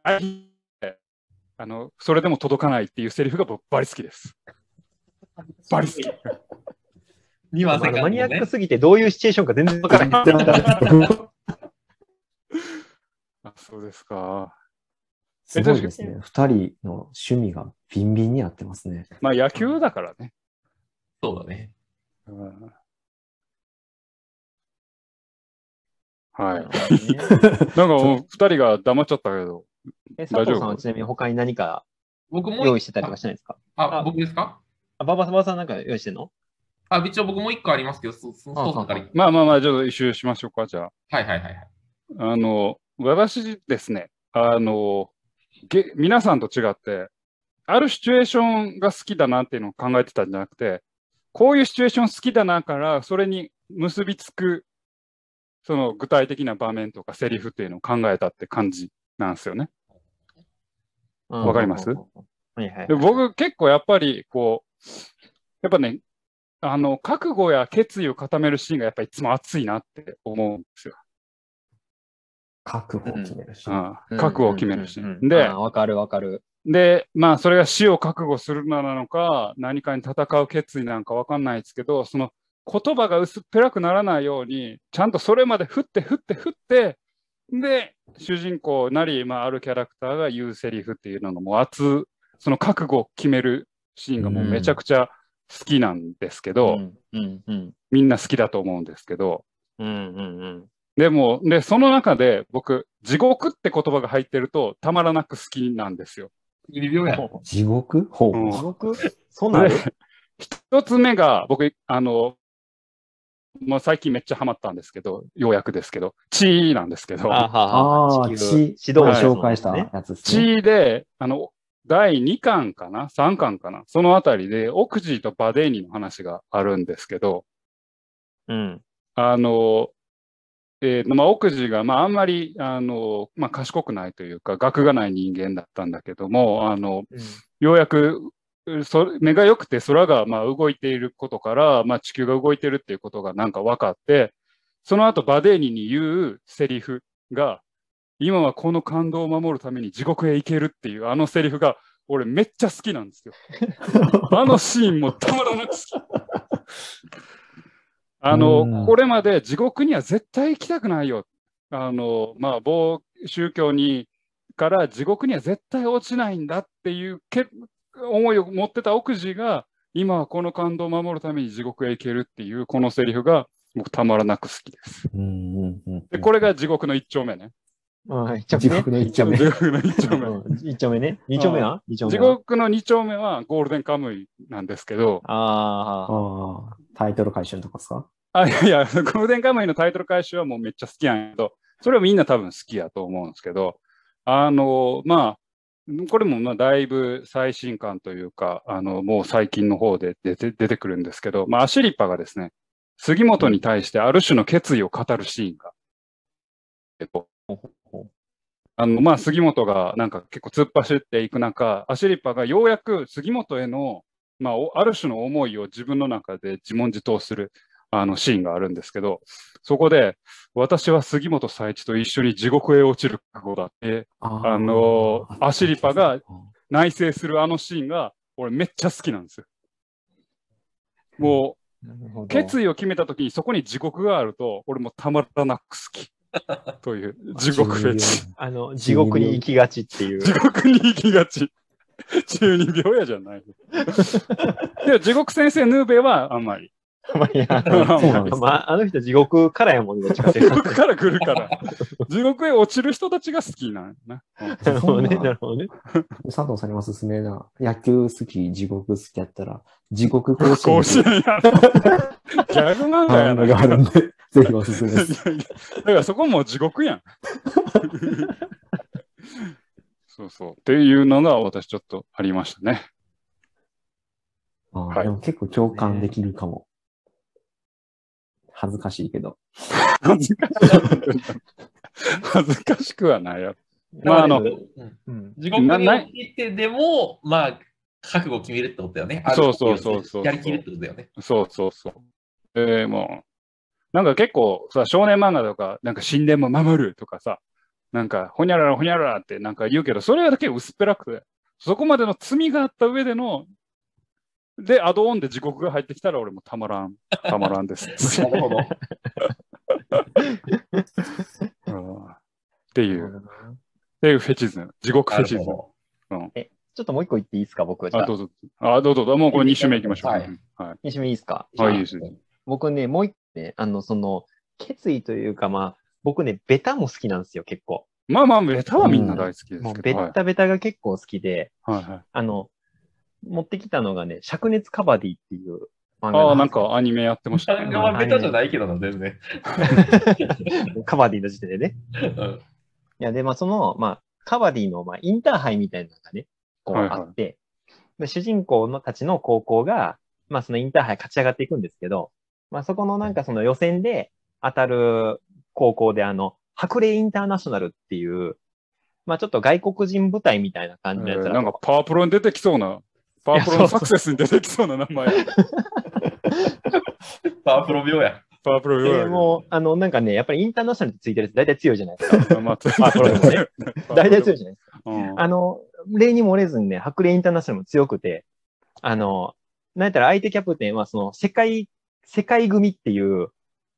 Speaker 3: あの、それでも届かないっていうセリフが僕、バリ好きです。バリ好き。
Speaker 4: 2はセカンド、ね。
Speaker 2: マニアックすぎてどういうシチュエーションか全然わからない。
Speaker 3: あ、そうですか。
Speaker 1: すごいですね。二人の趣味がビンビンに合ってますね。
Speaker 3: まあ、野球だからね。
Speaker 4: そうだね。
Speaker 3: うん はい。なんかもう二人が黙っちゃったけど、
Speaker 2: え佐藤さんはちなみに他に何か
Speaker 4: 僕もう
Speaker 2: 用意してたりとかしてないですか
Speaker 4: あ、僕ですか
Speaker 2: あ、馬場さん馬場さんなんか用意してんの
Speaker 4: あ、一応僕もう一個ありますけど、そその父さんから。はい
Speaker 3: まあまあまあ、ちょっと一周しましょうか、じゃあ。
Speaker 4: はいはいはい。
Speaker 3: あの、私ですね、あの、げ皆さんと違って、あるシチュエーションが好きだなっていうのを考えてたんじゃなくて、こういうシチュエーション好きだなから、それに結びつく、その具体的な場面とかセリフっていうのを考えたって感じなんですよね。
Speaker 2: わ
Speaker 3: わかります
Speaker 2: はいはいはい。
Speaker 3: で僕結構やっぱりこう、やっぱね、あの、覚悟や決意を固めるシーンがやっぱいつも熱いなって思うんですよ。
Speaker 1: 覚悟を決めるし。
Speaker 3: あ
Speaker 2: う
Speaker 3: あ
Speaker 2: ん
Speaker 3: 覚悟を決めるシー
Speaker 2: うんうんう
Speaker 3: ン。
Speaker 2: ん
Speaker 3: で
Speaker 2: あ、わかるわかる。
Speaker 3: で、まあそれが死を覚悟するななのか、何かに戦う決意なんかわかんないですけど、その言葉が薄っぺらくならないように、ちゃんとそれまで振って振って振って、で、主人公なり、まああるキャラクターが言うセリフっていうのがもう熱、その覚悟を決めるシーンがもうめちゃくちゃ好きなんですけ
Speaker 2: う
Speaker 3: ど、
Speaker 2: んうんうん
Speaker 3: みんな好きだと思うんですけど、
Speaker 2: うんうんうん。
Speaker 3: でも、で、その中で僕、地獄って言葉が入ってるとたまらなく好きなんですよ。
Speaker 4: 指秒や。
Speaker 1: 地獄ほう。
Speaker 3: うん
Speaker 2: 地獄そうなる
Speaker 3: で一つ目が、僕、あの、まあ、最近めっちゃハマったんですけど、ようやくですけど、地ーなんですけど、
Speaker 1: ああ、
Speaker 2: 地球
Speaker 1: 地、
Speaker 2: 地動
Speaker 3: はい
Speaker 2: 説の
Speaker 1: 紹介した
Speaker 2: ね
Speaker 1: やつですね。
Speaker 3: 地ーで、あの、第2巻かな ?3 巻かなそのあたりで、オクジーとバデーニの話があるんですけど、
Speaker 2: うん。
Speaker 3: あの、えーまあ、奥次が、まあ、あんまり、あの、まあ、賢くないというか、学がない人間だったんだけども、あの、ようやく、うそ目が良くて空が、まあ、動いていることから、まあ、地球が動いてるっていうことがなんか分かって、その後、バデーニに言うセリフが、今はこの感動を守るために地獄へ行けるっていう、あのセリフが、俺めっちゃ好きなんですよ。あのシーンもたまらなく好き。あ
Speaker 1: うん
Speaker 3: の、これまで地獄には絶対行きたくないよ。あの、まあ、某宗教に、から地獄には絶対落ちないんだっていうけ思いを持ってた奥次が、今はこの感動を守るために地獄へ行けるっていう、このセリフが、僕たまらなく好きです。
Speaker 1: うんうんうん
Speaker 3: で、これが地獄の一丁目ね。
Speaker 2: うん、一丁
Speaker 1: 地
Speaker 2: 目ね。
Speaker 1: 獄の一丁目
Speaker 3: 地獄の一丁目。
Speaker 2: うん一丁目ね。二丁目な二丁目
Speaker 3: 地
Speaker 2: な。
Speaker 3: 獄の2丁目はゴールデンカムイなんですけど、
Speaker 2: ああ。
Speaker 1: ああ、タイトル回収のとこですか
Speaker 3: あ、いやいや、 ゴールデンカムイのタイトル回収はもうめっちゃ好きなんやけど、それはみんな多分好きやと思うんですけど、あの、まあ、これもまあだいぶ最新刊というか、あの、もう最近の方で出て出てくるんですけど、まあ、アシリパがですね、杉本に対してある種の決意を語るシーンが、えっと、あの、まあ、杉本がなんか結構突っ走っていく中、アシリパがようやく杉本への、まあ、おある種の思いを自分の中で自問自答する、あの、シーンがあるんですけど、そこで、私は杉本佐一と一緒に地獄へ落ちる覚悟だって
Speaker 1: あ
Speaker 3: あのーアシリパが
Speaker 1: うん
Speaker 3: 内省するあのシーンが、俺めっちゃ好きなんですよ。も
Speaker 2: なるほど
Speaker 3: う、決意を決めた時にそこに地獄があると、俺もうたまらなく好き。という、地獄フェチ。
Speaker 2: あの、地獄に行きがちっていう。
Speaker 3: 地獄に行きがち。12秒やじゃない。でも地獄先生ヌーベはあんまり。
Speaker 2: まあいや
Speaker 1: そうなんですか
Speaker 2: まあ、あの人地獄からやもんね、どっちかってい
Speaker 3: 地
Speaker 2: うと
Speaker 3: 獄から来るから。地獄へ落ちる人たちが好きなんやな。うん
Speaker 2: な るほどね、
Speaker 1: そうなん
Speaker 2: なるほどね。
Speaker 1: 佐藤さんにおすすめな、野球好き、地獄好きやったら、地獄甲子園。
Speaker 3: 甲 子園やろ。ギャグ漫画や
Speaker 1: 漫
Speaker 3: な
Speaker 1: 画。があるんで、ぜひおすすめです。
Speaker 3: だからそこも地獄やん。そうそう。っていうのが私ちょっとありましたね。
Speaker 1: あー
Speaker 3: はい
Speaker 1: でも結構共感できるかも。恥ずかしいけど。
Speaker 3: 恥ずかしい。恥ずかしくはないやろ。まああの
Speaker 4: うん
Speaker 2: うん。
Speaker 4: 地獄に落ちてでも、まあ、覚悟を決めるってことだよね。ある
Speaker 3: そうそうそうそう
Speaker 4: やりきるってことだよね。
Speaker 3: そうそうそう。えー、もう、なんか結構さ、少年漫画とか、なんか神殿も守るとかさ、なんか、ほにゃららほにゃららってなんか言うけど、それは結構薄っぺらくて、そこまでの罪があった上での、で、アドオンで地獄が入ってきたら俺もたまらん、たまらんです。
Speaker 4: なるほど。
Speaker 3: うんってい
Speaker 2: な
Speaker 3: う、
Speaker 2: るほど
Speaker 3: っ
Speaker 2: な
Speaker 3: ていうフェチズム、地獄
Speaker 4: な
Speaker 3: フェ
Speaker 4: る
Speaker 3: チズ
Speaker 4: ほ
Speaker 3: ム。
Speaker 4: ど。
Speaker 2: ちょっともう一個言っていいですか、僕。じゃ
Speaker 3: あ、
Speaker 2: あ
Speaker 3: ど、うぞ。あ、どうぞ。もうこれ2周目いきましょう。
Speaker 4: は
Speaker 3: はいい。
Speaker 2: 二周目いいですか。
Speaker 3: はい、いいですね。
Speaker 2: 僕ね、もう一個ね、あの、その、決意というか、まあ、僕ね、ベタも好きなんですよ、結構。
Speaker 3: まあまあ、ベタはみんな大好きですけど。
Speaker 2: もう、ベ
Speaker 3: はい
Speaker 2: ッタベタが結構好きで、
Speaker 3: はいはい。
Speaker 2: あの、持ってきたのがね、灼熱カバディっていう漫
Speaker 3: あ
Speaker 2: 画
Speaker 3: あ、なん
Speaker 2: ですよ
Speaker 3: かアニメやってましたね。
Speaker 4: 単語はベタじゃないけどな、全然。
Speaker 2: カバディの時点でね。
Speaker 4: うん
Speaker 2: いや、で、まあ、その、まあ、カバディの、まあ、インターハイみたいなのがね、こう
Speaker 3: はいはい
Speaker 2: あって、で主人公のたちの高校が、まあ、そのインターハイ勝ち上がっていくんですけど、まあ、そこのなんかその予選で当たる高校で、あの、白麗インターナショナルっていう、まあ、ちょっと外国人部隊みたいな感じのやつら
Speaker 3: え
Speaker 2: と、
Speaker 3: ーなんかパワープロに出てきそうな、パワープロのサクセスに出てきそうな名前。
Speaker 4: パワープロ病や。
Speaker 3: パワープロ
Speaker 2: でもう、あの、なんかね、やっぱりインターナショナルってついてるやつ大体強いじゃないですか。
Speaker 3: う、まあ、
Speaker 2: パワープロでもね大体強いじゃないですか
Speaker 3: うん
Speaker 2: あの、例に漏れずにね、白麗インターナショナルも強くて、あの、なんやったら相手キャプテンは、その、世界、世界組っていう、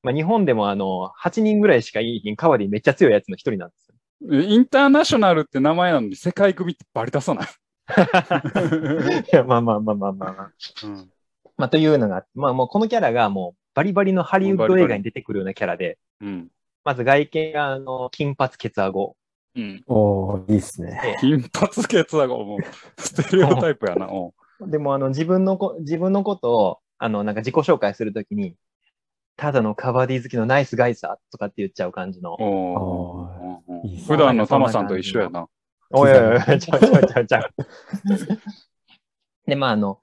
Speaker 2: まあ、日本でもあの、8人ぐらいしかいいひん、代わりめっちゃ強いやつの一人なんですよ。
Speaker 3: インターナショナルって名前なのに世界組ってバリ出さない。
Speaker 2: いや、まあまあまあまあまあまあ。
Speaker 3: うん
Speaker 2: まあ、というのが、まあもうこのキャラがもう、バリバリのハリウッド映画に出てくるようなキャラで、
Speaker 3: うん。
Speaker 2: まず外見が、あの、金髪ケツ顎。
Speaker 3: うん。
Speaker 1: おー、いいっすね。
Speaker 3: 金髪ケツだが、もう、ステレオタイプやな。うん
Speaker 2: でも、あの、自分のこ、自分のことを、あの、なんか自己紹介するときに、ただのカバディ好きのナイスガイさとかって言っちゃう感じの。
Speaker 3: うん
Speaker 1: ーいいっすね
Speaker 3: 普段のタマさんと一緒やな。
Speaker 2: おいおいおい、ちゃうちゃうちゃうちゃう。で、まあ、あの、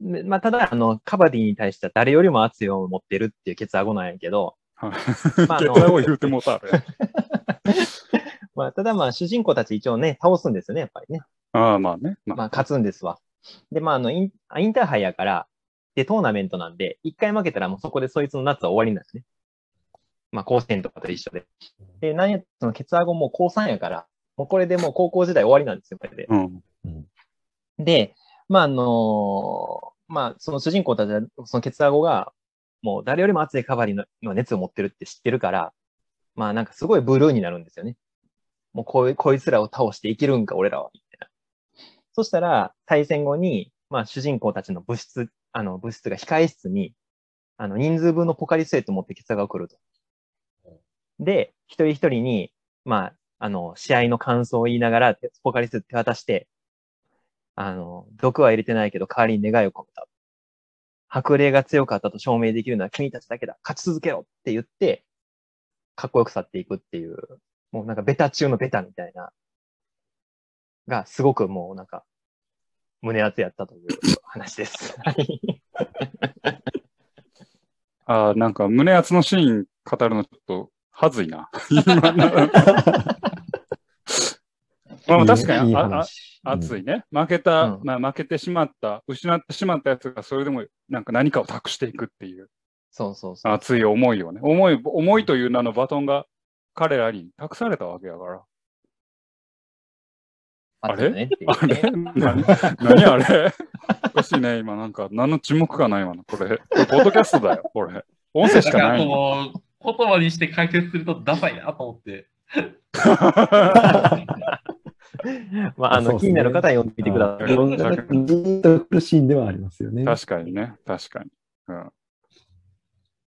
Speaker 2: ねまあ、ただ、あの、カバディに対しては誰よりも熱いを持ってるっていうケツアゴなんやけど、
Speaker 3: はい
Speaker 2: まああ
Speaker 3: ケツ
Speaker 2: の
Speaker 3: だを言うてもうたあるやん
Speaker 2: まあ、ただ、まあ、主人公たち一応ね、倒すんですよね、やっぱりね。
Speaker 3: ああ、まあね。まあ
Speaker 2: まあ、勝つんですわ。で、まあ、あの、インあインターハイやから、で、トーナメントなんで、一回負けたらもうそこでそいつの夏は終わりなんですね。まあ、高専とかと一緒で。で、なんや、そのケツアゴも高3やから、もうこれでもう高校時代終わりなんですよ、これで。
Speaker 3: うん。
Speaker 2: で、まあ、あのまあ、その主人公たちは、そのケツアゴが、もう誰よりも熱いカバディのの熱を持ってるって知ってるから、まあなんかすごいブルーになるんですよね。もうこいこいつらを倒していけるんか、俺らは、みたいな。そしたら、対戦後に、まあ主人公たちの物質、あの物質が控え室に、あの人数分のポカリスエット持ってきたが来ると。で、一人一人に、まあ、あの、試合の感想を言いながら、ポカリスエット手渡して、あの、毒は入れてないけど代わりに願いを込めた。白霊が強かったと証明できるのは君たちだけだ。勝ち続けろって言って、かっこよく去っていくっていう、もうなんかベタ中のベタみたいな、がすごくもうなんか、胸熱やったという話です。はい。
Speaker 3: あーなんか胸厚のシーン語るのちょっと恥ず いな。今なまあまあ確か
Speaker 1: いい
Speaker 3: に
Speaker 1: いい
Speaker 3: ああ
Speaker 1: 話
Speaker 3: 熱いね。負けた、
Speaker 2: うん
Speaker 3: まあ、負けてしまった、失ってしまったやつがそれでもなんか何かを託していくっていう
Speaker 2: そうそうそう。
Speaker 3: 熱い思いをね。思い、思いという名のバトンが彼らに託されたわけやから。
Speaker 2: あったよねっていう
Speaker 3: あれ何何あれおかしいね、今。なんか、何の沈黙かない今の。これ、これポッドキャストだよ、これ。音声しかない。
Speaker 4: なんかこの、言葉にして解説するとダサいなと思って。
Speaker 2: まあ、あ
Speaker 1: そ
Speaker 2: の、
Speaker 1: うですね
Speaker 2: 気になる方は読んでみてくだ
Speaker 1: あ
Speaker 2: さ
Speaker 1: ーい
Speaker 2: い。
Speaker 1: ろんな、じーっと苦しいんではありますよね。
Speaker 3: 確かにね、確かに。うん、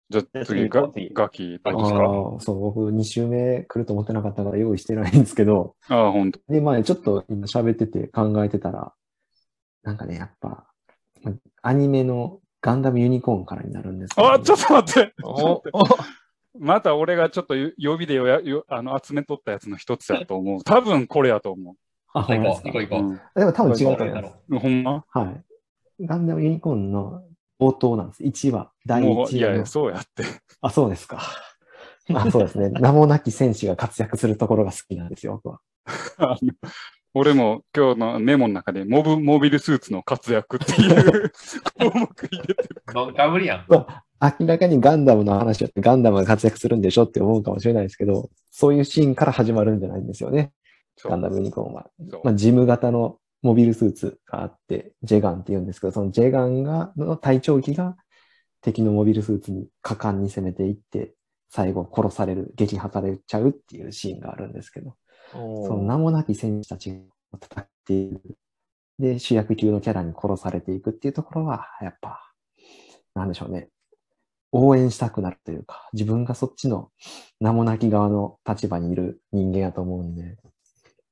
Speaker 3: じゃあ次、
Speaker 2: 次行
Speaker 3: ガ
Speaker 2: こう次
Speaker 3: ガキ、ど
Speaker 1: あ
Speaker 3: うですか
Speaker 1: ーそう、僕2週目来ると思ってなかったから用意してないんですけど、
Speaker 3: ああ、ほんと。
Speaker 1: で、まあ、ちょっと今喋ってて考えてたら、なんかね、やっぱ、まアニメのガンダムユニコーンからになるんですけど
Speaker 3: あ、ちょっと待って。
Speaker 2: おお
Speaker 3: また俺がちょっと予予備でよやよあの集めとったやつの一つやと思う。多分これやと思
Speaker 1: あ、ほんまですか
Speaker 4: 行こう行
Speaker 3: う。
Speaker 4: こう。
Speaker 1: でも多分違うと
Speaker 4: ど
Speaker 1: 思
Speaker 4: れ
Speaker 1: い
Speaker 4: だ
Speaker 1: ます
Speaker 4: ろ。
Speaker 3: うん、ほんま
Speaker 1: はい。ガンダムユニコーンの冒頭なんです。1話、第1
Speaker 3: も
Speaker 1: 話
Speaker 3: う、いやい
Speaker 1: の
Speaker 3: や、そうやって。
Speaker 1: あ、そうですか。あ、そうですね。名もなき戦士が活躍するところが好きなんですよ、僕は。
Speaker 3: あの俺も今日のメモの中でモブ、モビルスーツの活躍っていう項目入れてる。
Speaker 4: う。どんかぶりやん。
Speaker 1: 明らかにガンダムの話だってガンダムが活躍するんでしょって思うかもしれないですけど、そういうシーンから始まるんじゃないんですよね。
Speaker 3: そう
Speaker 1: ガンダムユニコーンは。
Speaker 3: そう
Speaker 1: まあ、ジム型のモビルスーツがあって、ジェガンって言うんですけど、そのジェガンが、の体長機が敵のモビルスーツに果敢に攻めていって、最後殺される、撃破されちゃうっていうシーンがあるんですけど、その名もなき戦士たちが戦っている。で、主役級のキャラに殺されていくっていうところは、やっぱ、なんでしょうね。応援したくなるというか、自分がそっちの名もなき側の立場にいる人間やと思うんで。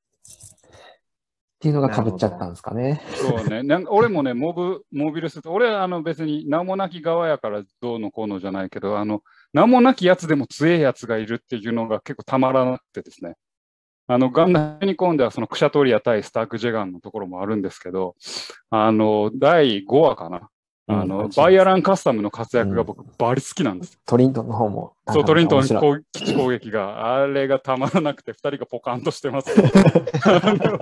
Speaker 1: っていうのが被っちゃったんですかね。
Speaker 3: そうね。なんか俺もね、モブ、モビルスーツ、俺はあの別に名もなき側やからどうのこうのじゃないけど、あの、名もなきやつでも強えやつがいるっていうのが結構たまらなくてですね。あの、ガンダムに込んではそのクシャトリア対スターク・ジェガンのところもあるんですけど、あの、第5話かな。あの、バイアランカスタムの活躍が僕、バリ好きなんですよ
Speaker 1: トリントンの方も。
Speaker 3: そう、トリントン
Speaker 1: 面白い
Speaker 3: 攻基地攻撃が、あれがたまらなくて、2人がポカンとして ますけど。あの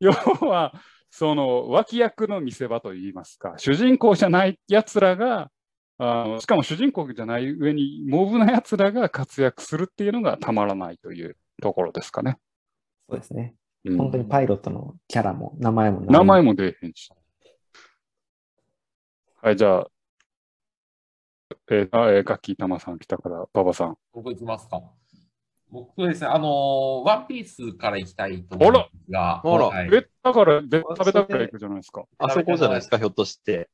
Speaker 3: 要は、その脇役の見せ場といいますか、主人公じゃないやつらが、あのしかも主人公じゃない上に、モブなやつらが活躍するっていうのがたまらないというところですかね。
Speaker 1: そうですね。
Speaker 3: うん
Speaker 1: 本当にパイロットのキャラも、名前もない
Speaker 3: 名前も出えへんし。はい、じゃあ、えーあえーガッキー、タマさん来たから、馬場さん。
Speaker 4: 僕行きますか。僕はですね、あのーワンピースから行きたいと思うんですが、
Speaker 2: あら
Speaker 4: はい
Speaker 3: え、だから、べ食べたから行くじゃないですか。
Speaker 2: あそこじゃないですか、ひょっとして。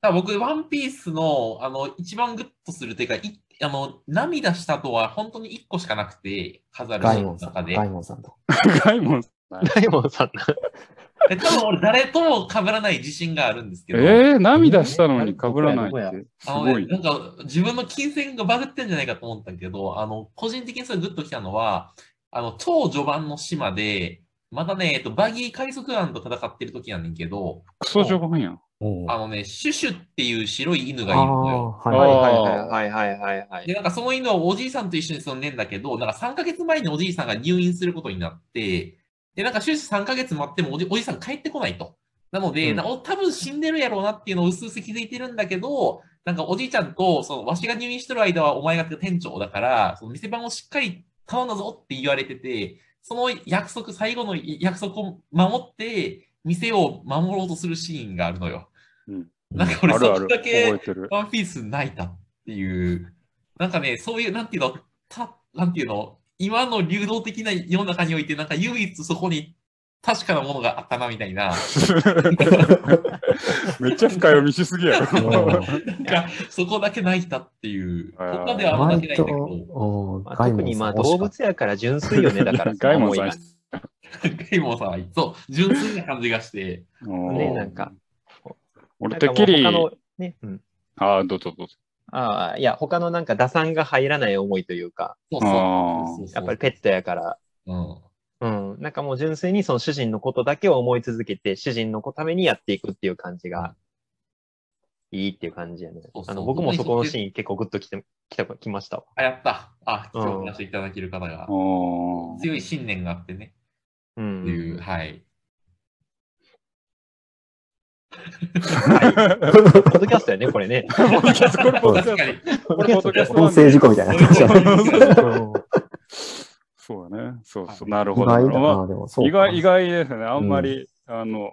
Speaker 4: だから僕、ワンピースの、あの、一番グッとするというか、いあの、涙したとは本当に一個しかなくて、飾るシ
Speaker 1: ガイ
Speaker 4: ーン
Speaker 1: モ
Speaker 4: の
Speaker 1: ンさん。
Speaker 4: 中で。
Speaker 1: ガイモンさんと。
Speaker 3: ガイモンさん。
Speaker 2: 大門さんな。
Speaker 4: で多分俺、誰とも被らない自信があるんですけ
Speaker 3: え
Speaker 4: ど、
Speaker 3: ー、涙したのに被らないって、す
Speaker 4: あのね
Speaker 3: ごい
Speaker 4: な。んか、自分の金銭がバグってんじゃないかと思ったけど、あの、個人的にそれグッときたのは、あの、超序盤の島で、まだね、えっと、バギー海賊団と戦ってる時やねんけど、
Speaker 3: クソ序盤やん。
Speaker 1: うん
Speaker 4: あのね、シュシュっていう白い犬
Speaker 1: あ
Speaker 4: がいるのよ。
Speaker 1: ー、
Speaker 3: あ
Speaker 1: はい。
Speaker 2: はいはいはいはいはいは
Speaker 4: で、
Speaker 2: い。
Speaker 4: なんかその犬はおじいさんと一緒に住んでんだけど、なんか3ヶ月前におじいさんが入院することになって、で、なんか終始3ヶ月待ってもおじおじいさん帰ってこないと。なので、
Speaker 2: うん
Speaker 4: なお多分死んでるやろうなっていうのをうすうす気づいてるんだけど、なんかおじいちゃんと、その、わしが入院してる間はお前が店長だから、その店番をしっかり頼んだぞって言われてて、その約束、最後の約束を守って、店を守ろうとするシーンがあるのよ。
Speaker 3: うん
Speaker 4: なんか
Speaker 3: あ
Speaker 4: 俺、
Speaker 3: るあ
Speaker 4: そ
Speaker 3: る。覚
Speaker 4: こだけ、
Speaker 3: えてる。
Speaker 4: ワンピース泣いたっていう、なんかね、そういう、なんていうの、た、なんていうの、今の流動的な世の中において、なんか唯一そこに確かなものがあったな、みた いな。
Speaker 3: めっちゃ深読みしすぎやろ。
Speaker 4: なんかそこだけ泣いたっていう。
Speaker 3: あー
Speaker 4: 他ではあんま泣けないんだけど。
Speaker 1: お
Speaker 2: まあ、特にまあ動物やから純粋よね、だからそ
Speaker 3: ガ
Speaker 2: の
Speaker 3: イモ
Speaker 2: 思
Speaker 3: ン
Speaker 2: い
Speaker 3: さ
Speaker 2: が。
Speaker 3: ん
Speaker 2: ね、
Speaker 4: ガイモンさんは、そう、純粋な感じがして。
Speaker 3: うん
Speaker 4: ね
Speaker 2: なんか、
Speaker 3: 俺てっきり、
Speaker 2: な
Speaker 3: あ
Speaker 2: んかもう他のね、うん。
Speaker 3: あー、どうぞどうぞ。
Speaker 2: ああ、いや、他のなんか打算が入らない思いというか、
Speaker 4: そう
Speaker 3: あー
Speaker 4: そう。
Speaker 2: やっぱりペットやから、
Speaker 4: ッ。うん。
Speaker 2: うん、なんかもう純粋にその主人のことだけを思い続けて、主人のためにやっていくっていう感じが、いいっていう感じやね
Speaker 4: そう。そう
Speaker 2: あの僕もそこのシーン結構グッときて、きた、きましたわ。
Speaker 4: あ、やった。あ、今日お話しいただける方が
Speaker 3: あ。ー
Speaker 4: 強い信念があってね。
Speaker 2: う
Speaker 4: ってい
Speaker 2: ん。
Speaker 4: う、はい。
Speaker 2: ポッドキャストやね、これね。
Speaker 3: ポッドキャストこれポッドキ
Speaker 4: 確
Speaker 3: ャス
Speaker 4: かに。
Speaker 3: トこれポッドキャストなん
Speaker 1: 音
Speaker 3: で
Speaker 1: 声事故みたいな感じだった。
Speaker 2: うん
Speaker 3: そうだね。そうそう。
Speaker 4: は
Speaker 3: な
Speaker 4: い
Speaker 3: る
Speaker 1: 意
Speaker 3: ほどなる
Speaker 1: 外
Speaker 3: ほど。
Speaker 1: だ
Speaker 3: ま
Speaker 1: な、でも。そ
Speaker 3: あ
Speaker 1: う
Speaker 3: 意
Speaker 1: か
Speaker 3: 外、意外ですね。あんまり、あの、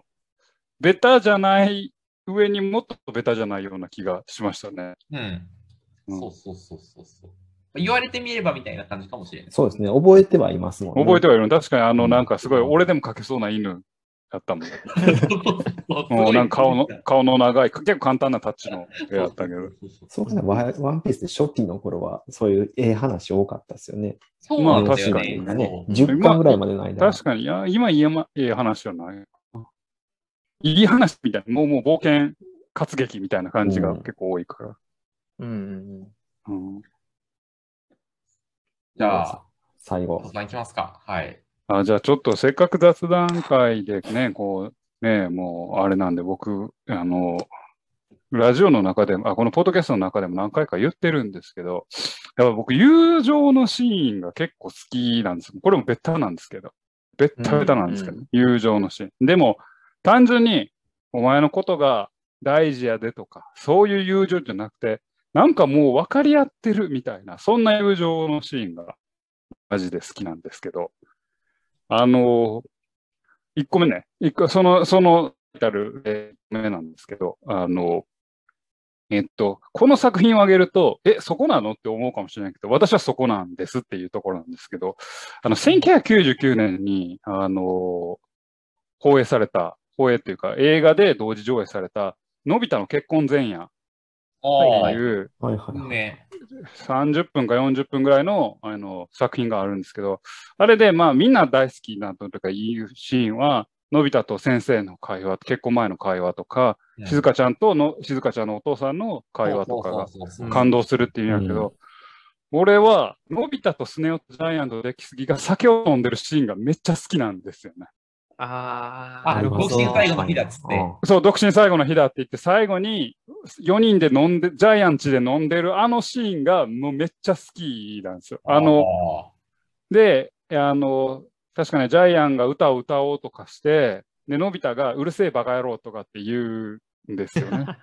Speaker 3: ベタじゃない上にもっとベタじゃないような気がしましたね。
Speaker 4: うん。
Speaker 3: うん
Speaker 4: そうそうそうそうそう。言われてみればみたいな感じかもしれない。
Speaker 1: そうですね。覚えてはいますもんね。
Speaker 3: 覚えてはいるの。確かに、あ
Speaker 1: う
Speaker 3: の、
Speaker 1: ん
Speaker 3: なんかすごい、俺でも描けそうな犬 だったもん。もうなんか顔の、顔の長い、結構簡単なタッチの絵だったけど。
Speaker 1: そうですね。ワイワンピースで初期の頃は、そういうええ話多かったですよね。
Speaker 4: そう
Speaker 3: ま
Speaker 4: な
Speaker 3: あ
Speaker 4: んだよ
Speaker 3: 確かに
Speaker 4: ね。
Speaker 1: 今ね、
Speaker 4: そう
Speaker 1: 10巻ぐらいまでの間。
Speaker 3: 確かに、いや、今言えま、ええ話じゃない。いい話みたいな、もうもう冒険活劇みたいな感じが結構多いから。
Speaker 2: うんうんうん。
Speaker 3: うん
Speaker 4: じゃあ、
Speaker 1: 最後
Speaker 4: お。さんいきますか。はい。
Speaker 3: あじゃあちょっとせっかく雑談会でね、こう、ね、もうあれなんで僕、あの、ラジオの中でも、あ、このポッドキャストの中でも何回か言ってるんですけど、やっぱ僕、友情のシーンが結構好きなんです。これもベタなんですけど、ベッタベタなんですけど、
Speaker 2: うん
Speaker 3: 友情のシーン。でも、単純に、お前のことが大事やでとか、そういう友情じゃなくて、なんかもう分かり合ってるみたいな、そんな友情のシーンが、マジで好きなんですけど、あの、1個目ね、一個その、その、ある、えー目なんですけど、あの、えっと、この作品を挙げると、え、そこなのって思うかもしれないけど、私はそこなんですっていうところなんですけど、あの、1999年に、あの、放映された、放映というか、映画で同時上映された、のび太の結婚前夜
Speaker 4: お
Speaker 3: と
Speaker 4: ー。
Speaker 3: いう、
Speaker 1: はいはいはい。
Speaker 4: ね。
Speaker 3: 30分か40分ぐらいのあの作品があるんですけど、あれで、まあ、みんな大好きなとかいうシーンは、のび太と先生の会話、結婚前の会話とか、静
Speaker 4: か
Speaker 3: 香ちゃんとの、静香ちゃんのお父さんの会話とかが感動するっていうんやけど、俺は、のび太とスネ夫とジャイアントできすぎが酒を飲んでるシーンがめっちゃ好きなんですよね。
Speaker 2: あ
Speaker 4: あ
Speaker 2: あ、
Speaker 1: あります
Speaker 4: 独身最後の日だっつって
Speaker 1: あ
Speaker 3: そう、独身最後の日だって言って、最後に4人で飲んで、ジャイアンチで飲んでるあのシーンがもうめっちゃ好きなんですよ。あの、、で、あの、確かね、ジャイアンが歌を歌おうとかして、で、のび太がうるせえバカ野郎とかって言うんですよね。
Speaker 4: あ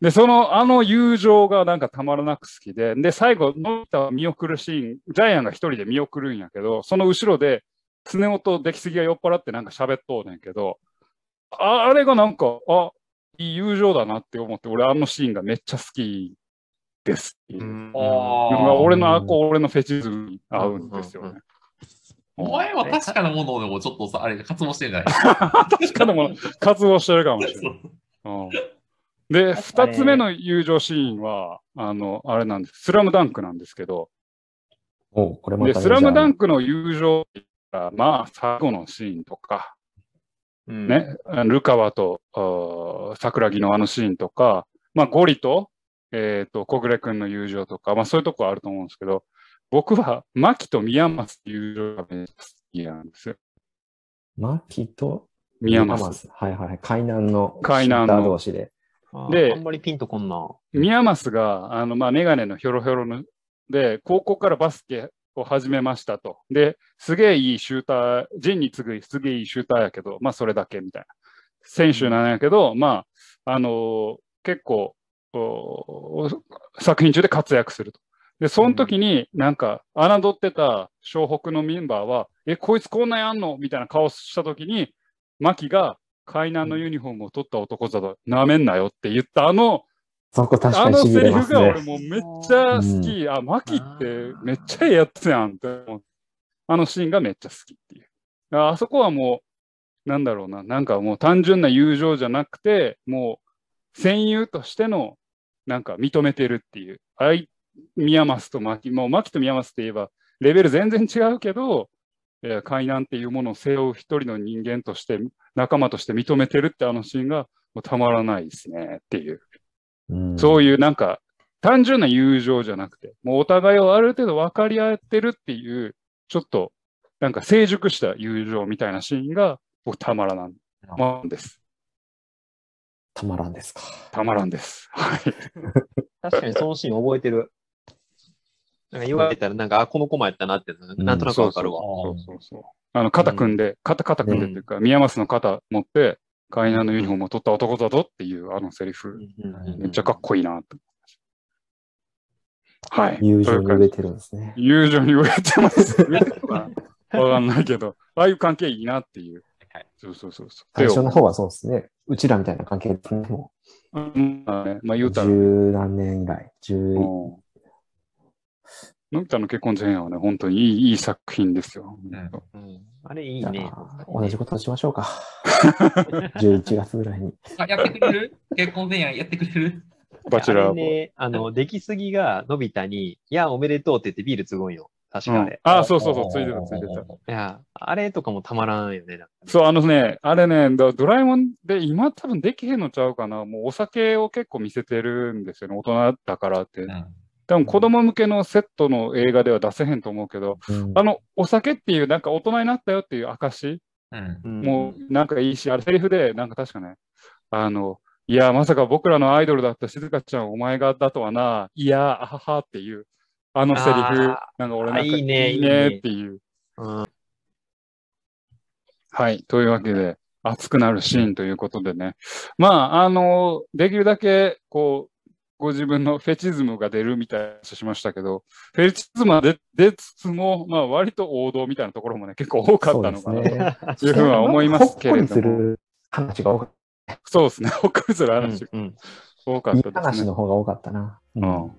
Speaker 3: で、その、あの友情がなんかたまらなく好きで、で、最後、のび太は見送るシーン、ジャイアンが一人で見送るんやけど、その後ろで、スネ夫と出来すぎが酔っ払ってなんか喋っとうねんけど、ああれがなんか、あ、いい友情だなって思って、俺あのシーンがめっちゃ好きです。
Speaker 2: うん
Speaker 4: ーあ
Speaker 3: なん
Speaker 4: ー
Speaker 3: か俺の、あこう俺のフェチズムに合うんですよね。
Speaker 4: お前は確かなものでもちょっとさ、あれ、活動してんじゃない
Speaker 3: 確かにもの活動してるかもしれない。うんで、
Speaker 2: か
Speaker 3: 二
Speaker 2: に
Speaker 3: つ目の友情シーンは、あの、あれなんです。スラムダンクなんですけど、
Speaker 1: おうこれまた
Speaker 3: で、
Speaker 1: ね。
Speaker 3: スラムダン
Speaker 1: ク
Speaker 3: クの友情が、まあ、最後のシーンとか、
Speaker 2: うん。
Speaker 3: ね、あのルカワと、あー桜木のあのシーンとか、まあ、ゴリと、えっ、と、小暮君の友情とか、まあ、そういうとこあると思うんですけど、僕は、マキと宮松の友情がめっちゃ好きなんですよ。
Speaker 1: マキと
Speaker 3: 宮
Speaker 1: マ
Speaker 3: 松。
Speaker 1: スはいはいはい。海南の
Speaker 3: 海南
Speaker 1: シッ
Speaker 3: の
Speaker 1: ター同士で。
Speaker 2: あー
Speaker 3: で
Speaker 2: あんまりピンとこんな。
Speaker 3: 宮益が、あの、まあ、メガネのヒョロヒョロの、で、高校からバスケを始めましたと。で、すげえいいシューター、ジンに次ぐすげえいいシューターやけど、まあ、それだけみたいな。選手なんやけど、まあ、あのー結構、お作品中で活躍すると。で、その時になんか、侮ってた湘北のメンバーは、え、こいつこんなんやんのみたいな顔した時に、牧が、海南のユニフォームを取った男だと、なめんなよって言ったあの、
Speaker 1: そこ確か
Speaker 3: あ
Speaker 1: に
Speaker 3: の
Speaker 1: しび
Speaker 3: セ
Speaker 1: れ
Speaker 3: リ
Speaker 1: ま
Speaker 3: フ
Speaker 1: す
Speaker 3: が
Speaker 1: ね
Speaker 3: 俺。もうめっちゃ好き。あ、マキってめっちゃええやつやんって思っあのシーンがめっちゃ好きっていう。ああそこはもう、なんだろうな、なんかもう単純な友情じゃなくて、もう戦友としての、なんか認めてるっていう。あい、宮益と牧、もう牧と宮益って言えば、レベル全然違うけど、えー海南っていうものを背負う一人の人間として、仲間として認めてるってあのシーンが、もうたまらないですねっていう。
Speaker 1: うん
Speaker 3: そういうなんか、単純な友情じゃなくて、もうお互いをある程度分かり合ってるっていう、ちょっと、なんか成熟した友情みたいなシーンが、僕、たまらなん
Speaker 4: あ
Speaker 3: まんです。
Speaker 1: たまらんですか。
Speaker 3: たまらんです。はい。
Speaker 2: 確かにそのシーン覚えてる。なんか言われたら、なんか、あ、この駒やったなって、なんとなくわかるわ。
Speaker 3: そうそうそう。あの、肩組んで、肩、肩組んでっていうか、宮益の肩持って、海南のユニフォームを取った男だぞっていう、あのセリフ、めっちゃかっこいいなと。はい。
Speaker 1: 友情
Speaker 3: という
Speaker 1: に
Speaker 3: 感
Speaker 1: 売
Speaker 3: じ
Speaker 1: れてるんですね。
Speaker 3: 友情に売れてます。売れてるのかなわかんないけど、ああいう関係いいなっていう
Speaker 4: はい。
Speaker 3: そうそうそうそう。
Speaker 1: 最初の方はそうですね。うちらみたいな関係ですね。も
Speaker 3: うんまあね、まあ
Speaker 1: う
Speaker 3: 言うたら、うん
Speaker 1: 十何年以来。十、
Speaker 3: のび太の結婚前夜はね、本当にいいいい作品ですよ。
Speaker 4: ん
Speaker 2: うんあれいい
Speaker 1: じゃ
Speaker 2: ね。
Speaker 1: あ同じことしましょう か。11月ぐらいに。
Speaker 4: あ、やってくれる結婚前夜やってくれる
Speaker 3: バチェラー
Speaker 2: あれ
Speaker 3: も。
Speaker 2: ね、あの、出来すぎが、のび太に、いや、おめでとうって言ってビールつごんよ。確かあれ。
Speaker 3: ああ、そうそうそう、ついてた、ついてた。
Speaker 2: いや、あれとかもたまらんよね。なんかね
Speaker 3: そう、あのね、あれね、ドドラえもんで今多分できへんのちゃうかな。もうお酒を結構見せてるんですよね、大人だからって
Speaker 4: う。ん。
Speaker 3: 多分子供向けのセットの映画では出せへんと思うけど、
Speaker 1: うん
Speaker 3: あの、お酒っていう、なんか大人になったよっていう証
Speaker 4: うん。
Speaker 3: もうなんかいいし、あれセリフで、なんか確かね、あの、いや、まさか僕らのアイドルだった静香ちゃん、お前がだとはな、いや、あははっていう、あのセリフ
Speaker 2: あ、
Speaker 3: なんか俺
Speaker 2: あ
Speaker 3: なんか
Speaker 2: いいね
Speaker 3: いい
Speaker 2: いい
Speaker 3: ね
Speaker 2: ね
Speaker 3: っていう。
Speaker 2: うん
Speaker 3: はい、というわけで、熱くなるシーンということでね。まあ、あの、できるだけ、こう、ご自分のフェチズムが出るみたいな話しましたけど、フェチズムは出出つつも、まあ、割と王道みたいなところもね、結構多かったのか
Speaker 1: そう
Speaker 3: な
Speaker 1: ですね。
Speaker 3: というふうは思いま すけれども。
Speaker 1: ほっこりする話が多かっ
Speaker 3: そうですね。 ほっこりす
Speaker 2: う
Speaker 3: る
Speaker 2: ん
Speaker 3: 話、
Speaker 2: うん
Speaker 3: 多か
Speaker 1: た。
Speaker 3: っ
Speaker 1: いい
Speaker 3: たで
Speaker 1: 話
Speaker 3: すね。
Speaker 1: の方が多かったな。
Speaker 3: うん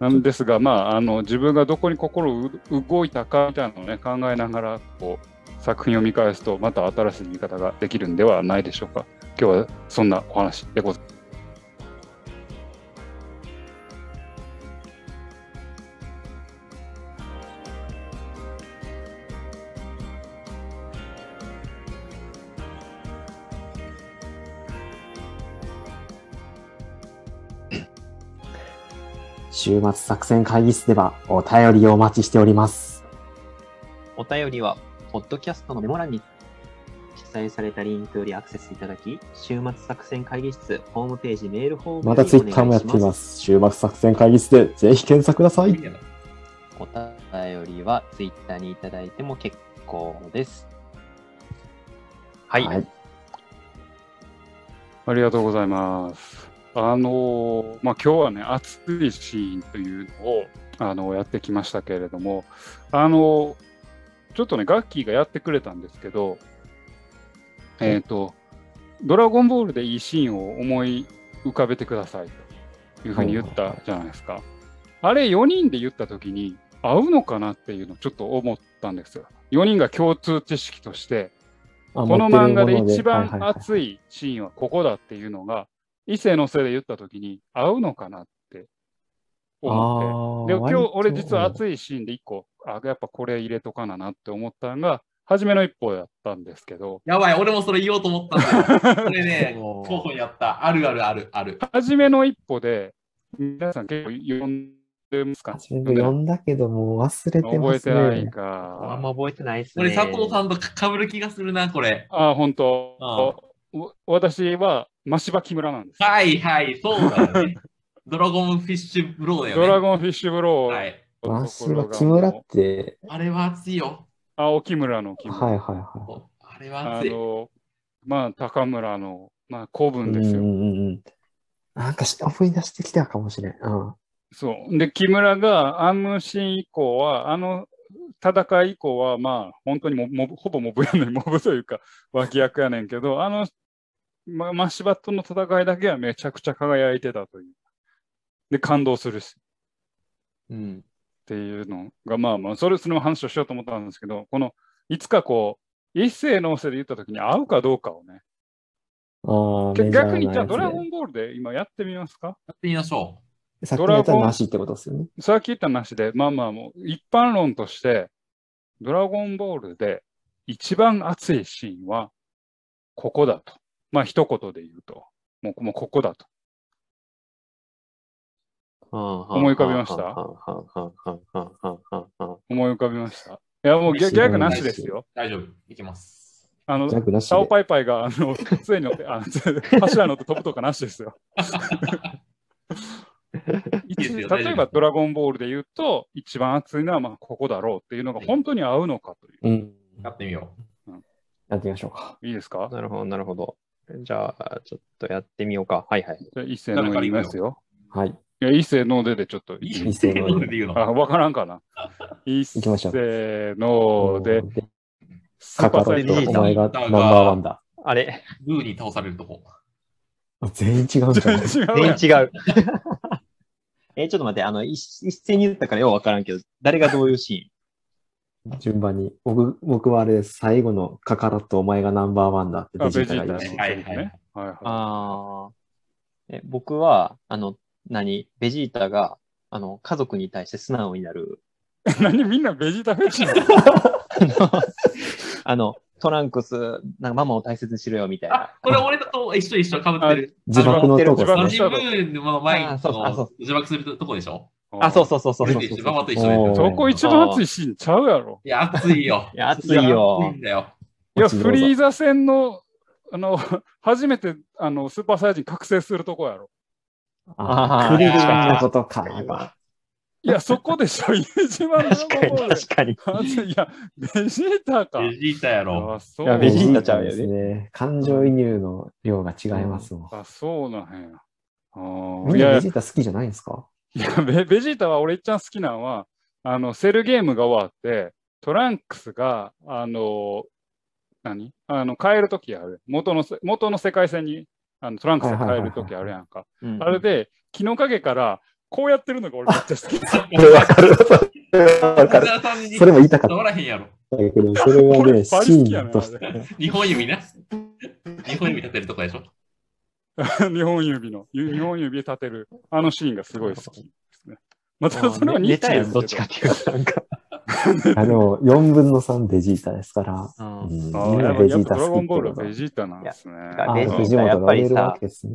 Speaker 3: なんですが、まあ、あの自分がどこに心をう動いたかみたいなのを、ね、考えながらこう作品を見返すと、また新しい見方ができるんではないでしょうか。今日はそんなお話でございます。
Speaker 1: 週末作戦会議室ではお便りをお待ちしております。
Speaker 2: お便りは、ポッドキャストのメモ欄に記載されたリンクよりアクセスいただき、週末作戦会議室、ホームページ、メールフォーム
Speaker 1: またツイッターもやっています。週末作戦会議室でぜひ検索ください。
Speaker 2: お便りはツイッターにいただいても結構です。はい。
Speaker 1: はい
Speaker 3: ありがとうございます。あのーまあ、今日はね、熱いシーンというのを、あのやってきましたけれども、あのーちょっとね、ガッキーがやってくれたんですけど、えっ、と、ドラゴンボールでいいシーンを思い浮かべてくださいというふうに言ったじゃないですか。あれ、4人で言ったときに、合うのかなっていうのをちょっと思ったんですよ。4人が共通知識として、
Speaker 1: あ
Speaker 3: この漫画で
Speaker 1: 持って
Speaker 3: 一
Speaker 1: るもので
Speaker 3: 番
Speaker 1: はいはい
Speaker 3: 熱いシーンはここだっていうのが、伊勢のせいで言ったときに合うのかなって思って。で、今日俺実は熱いシーンで一個、あ、やっぱこれ入れとかななって思ったのが、初めの一歩だったんですけど、
Speaker 4: やばい、俺もそれ言おうと思った んだよ。これね、
Speaker 2: おー
Speaker 4: 候補にあった。あるあるあるある。
Speaker 3: 初めの一歩で、皆さん結構読んでますか
Speaker 1: 自分で読んだけどもう忘れて
Speaker 3: 覚
Speaker 1: ま
Speaker 3: え
Speaker 1: す
Speaker 3: てない
Speaker 1: ね。
Speaker 2: あん
Speaker 3: か。
Speaker 2: ま覚えてないですね。
Speaker 4: 俺、佐藤さんとかぶる気がするな、これ。
Speaker 3: あ、本当
Speaker 4: ああ
Speaker 3: わ私は、マシバ木村なんです。
Speaker 4: はいはい、そうだ よね。ドラゴンフィッシュブローだよね。
Speaker 3: ドラゴンフィッシュブロー
Speaker 4: は
Speaker 3: の
Speaker 4: い。
Speaker 3: ところが
Speaker 1: マシバ木村って、
Speaker 4: あれは熱いよ。
Speaker 3: 青木村の木村。
Speaker 1: はいはいは
Speaker 4: あれは
Speaker 3: あ
Speaker 4: 熱い。
Speaker 3: の、まあ、高村の、まあ、古
Speaker 1: い。
Speaker 3: 文ですよ。
Speaker 1: うんうんうん。なんかし思い出してきたかもしれん。うん。
Speaker 3: そう。で、木村が、あのシーン以降は、あの戦い以降は、まあ、本当にもモブほぼモブやねん、モブというか、 脇役やねんけど、あの、ま、マシバットの戦いだけはめちゃくちゃ輝いてたという。で、感動するし。
Speaker 2: うん。
Speaker 3: っていうのが、まあまあ、それ、その話をしようと思ったんですけど、この、いつかこう、一世のせで言ったときに合うかどうかをね、
Speaker 1: ああ、メジャーな
Speaker 3: 逆に、じゃあ、
Speaker 1: やつ
Speaker 3: ドラゴ
Speaker 1: で
Speaker 3: ンボールで今やってみますか
Speaker 4: ってみましょ
Speaker 1: さっきのやつはなしってことですよね。
Speaker 3: さっき言った話で、まあまあ、もう、一般論として、ドラゴンボールで一番熱いシーンは、ここだと。まあ、一言で言うと、もう、もうここだと。
Speaker 2: 思
Speaker 3: い浮かびました
Speaker 2: は
Speaker 3: 思い浮かびました。いや、もうギャギャグなしですよ。
Speaker 4: う。大丈夫。いけます。
Speaker 3: あの
Speaker 1: ジ、ャグなし
Speaker 3: シャオ
Speaker 1: で。
Speaker 3: パイパイが、あの、杖に乗って、あの、柱に乗って飛ぶとかなしです よ。一
Speaker 4: いいですよ
Speaker 3: 例えば、ドラゴンボールで言うと、一番熱いのは、まあ、ここだろうっていうのが、本当に合うのかとい
Speaker 1: うん。
Speaker 4: やってみよ
Speaker 1: やってみましょうか。
Speaker 3: う。いいですか
Speaker 2: なるほど、なるほど。じゃあ、ちょっとやってみようか。はいはい。
Speaker 3: じゃあ、一斉ので言いますよ。
Speaker 1: はい。
Speaker 3: いや、一斉のででちょっと
Speaker 4: う。。い
Speaker 1: い
Speaker 4: い
Speaker 1: っせ
Speaker 4: せ
Speaker 1: ーの
Speaker 4: ので言うの。
Speaker 3: あ、わからんかな。一
Speaker 1: 行きましょう
Speaker 3: 斉ので、
Speaker 1: で、
Speaker 3: ス
Speaker 1: カ
Speaker 3: パ
Speaker 1: カ
Speaker 3: サ
Speaker 1: ロ
Speaker 2: で
Speaker 3: イ
Speaker 1: ット、
Speaker 2: ビー
Speaker 1: お
Speaker 2: タ
Speaker 1: 前がナンバーワンだ。
Speaker 2: あれ
Speaker 4: グーに倒されるとこ。
Speaker 1: あ全員違うんじゃない
Speaker 3: 全然違うや
Speaker 2: 全
Speaker 3: ん。
Speaker 2: 員違う。え、ちょっと待って、あの、一一斉に言ったからようわからんけど、誰がどういうシ
Speaker 1: 順番に。僕、僕はあれです。最後のカカロット、お前がナンバーワンだって
Speaker 3: あ、
Speaker 1: ベジ
Speaker 3: ベ
Speaker 1: ー
Speaker 3: ジ
Speaker 1: タ
Speaker 3: ー
Speaker 1: が
Speaker 3: タ
Speaker 1: 言い
Speaker 3: の
Speaker 1: ました。
Speaker 3: セ
Speaker 4: はい
Speaker 3: リフ
Speaker 4: はいは
Speaker 3: ね
Speaker 4: い。
Speaker 3: はい
Speaker 2: ーン
Speaker 3: は
Speaker 2: ああ。え僕は、あの、何ベジータが、あの、家族に対して素直になる。
Speaker 3: い。何みんなベジータフェチなの
Speaker 2: あのあの、トランクス、なんかママを大切にしろよ、みたいな。
Speaker 4: あ、これ俺と一緒一緒被ってる。
Speaker 1: 自爆のとこ
Speaker 3: 自爆
Speaker 1: です
Speaker 4: 自
Speaker 1: ね。
Speaker 4: 分の前
Speaker 2: あ
Speaker 4: に
Speaker 2: そうそうあそう
Speaker 4: 自爆するとこでしょ
Speaker 2: あ、そう
Speaker 3: う。
Speaker 2: そうそうそうそう
Speaker 4: それで
Speaker 2: そう
Speaker 4: 一番また一緒
Speaker 1: お
Speaker 4: で
Speaker 1: ー
Speaker 4: すよ。
Speaker 3: そこ一番熱いシーンちゃうやろ。
Speaker 4: いや、熱 いよ。
Speaker 2: いや、熱いよ
Speaker 4: 熱い。んだ
Speaker 3: い
Speaker 4: よ。
Speaker 3: や、
Speaker 1: こっちどうぞ
Speaker 3: フリーザ戦の、あの、 初めて、あの、スーパーサイヤ人覚醒するとこやろ。
Speaker 1: あ
Speaker 2: あー
Speaker 1: クリリンのことか。
Speaker 4: いや
Speaker 3: いや、そこでしょ、家島の
Speaker 2: 確かに、確かに。
Speaker 3: ま ずいや、ベジータか。
Speaker 4: ベジータやろ。
Speaker 3: あ、そう。
Speaker 2: いやベジータちゃうよね
Speaker 1: ですね。感情移入の量が違いますもん。
Speaker 3: あ、そうなんや。あー
Speaker 1: み
Speaker 3: い
Speaker 1: んな
Speaker 3: や
Speaker 1: ベジータ好きじゃないんですか
Speaker 3: いや ベ、ベジータは俺一番好きなのは、あの、セルゲームが終わって、トランクスが、あの、何あの、変えるときある。元のせ、元の世界線に、あの、トランクスが変えるときあるやんか。
Speaker 2: うん
Speaker 3: あれで、木の陰から、こうやってるのが俺めっちゃ好き。
Speaker 1: わかる。
Speaker 4: 福沢さんに
Speaker 1: それも言いたかった
Speaker 4: 伝わらへんやろ。
Speaker 1: だけど、それは
Speaker 3: こ
Speaker 1: ね、
Speaker 3: れ
Speaker 1: シ
Speaker 3: バリ好きや
Speaker 1: ー
Speaker 3: な
Speaker 1: ンとして。
Speaker 4: 日本指な。日本指立てるとこでしょ。
Speaker 3: 日本指の、ゆ日本指立てる、あのシーンがすごい好きですね。また
Speaker 2: あ
Speaker 3: それは
Speaker 2: ね
Speaker 3: ニッ
Speaker 2: ネ
Speaker 3: チ
Speaker 2: タや
Speaker 3: で
Speaker 2: ん
Speaker 3: す
Speaker 2: どっちか
Speaker 3: け
Speaker 2: っていうと、なんか。
Speaker 1: あの、4分の3ベジータですから。
Speaker 2: う
Speaker 1: うん
Speaker 2: ん
Speaker 1: みん
Speaker 3: ど。あ
Speaker 1: な
Speaker 3: ーやっぱ
Speaker 1: ベジ
Speaker 3: やっ
Speaker 1: ー
Speaker 3: ぱ
Speaker 1: タ好
Speaker 3: ドラゴ
Speaker 1: き
Speaker 3: ン
Speaker 1: っ
Speaker 3: ボー
Speaker 1: てこ
Speaker 3: ルは
Speaker 1: と
Speaker 3: ベジータなんですね。
Speaker 2: や
Speaker 1: あ
Speaker 2: ベジータ
Speaker 1: 藤本が売れる
Speaker 2: やっぱりさ
Speaker 1: わけですね。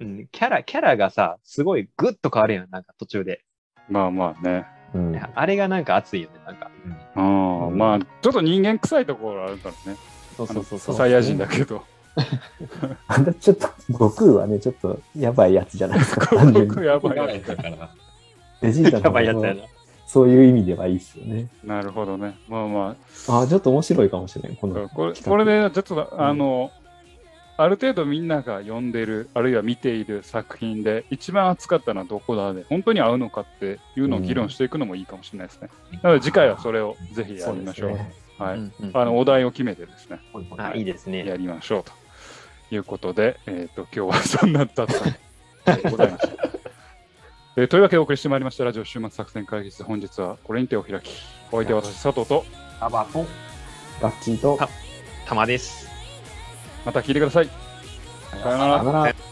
Speaker 2: うんキャラ、キャラがさ、すごいグッと変わるやん、なんか途中で。
Speaker 3: まあまあね。
Speaker 1: うん
Speaker 2: いやあれがなんか熱いよね、なんか。
Speaker 3: あーまあ、ちょっと人間臭いところあるからね。
Speaker 2: そうそうそう
Speaker 3: あ
Speaker 2: そ
Speaker 3: の
Speaker 2: う。
Speaker 3: サイヤ人だけど。
Speaker 1: あんたちょっと、悟空はね、ちょっとやばいやつじゃないですか。単純に
Speaker 3: 僕やばい
Speaker 4: やば
Speaker 3: や
Speaker 4: いやつだからな。
Speaker 1: ベジータ
Speaker 2: や
Speaker 1: の
Speaker 2: ばいや
Speaker 1: 方
Speaker 2: つやな
Speaker 1: が。そういう意味ではいいですよね。
Speaker 3: つ。 なるほどね。まあま
Speaker 1: ああ、ちょっと面白いかもしれない。こ
Speaker 3: あ、
Speaker 1: の、
Speaker 3: これこれで、ちょっと、あの、ある程度みんなが読んでる、あるいは見ている作品で、一番熱かったのはどこだで、本当に合うのかっていうのを議論していくのもいいかもしれないですね。なので次回はそれをぜひやりましょう。
Speaker 1: そうですね
Speaker 3: は
Speaker 2: う
Speaker 3: い。
Speaker 2: んうん
Speaker 3: あの、お題を決めてですね、
Speaker 4: ほいほい
Speaker 2: あ、いいですね。
Speaker 3: やりましょうということで、えっ、と、今日はそんな雑談でございました。 えーというわけでお送りしてまいりました、ラジオ週末作戦会議室、本日はこれに手を開き、お相手は私、佐藤と、
Speaker 4: アバト。
Speaker 1: ガッキーと、
Speaker 2: 玉です。
Speaker 3: また聞いてください。さようなら
Speaker 1: さよ。なら。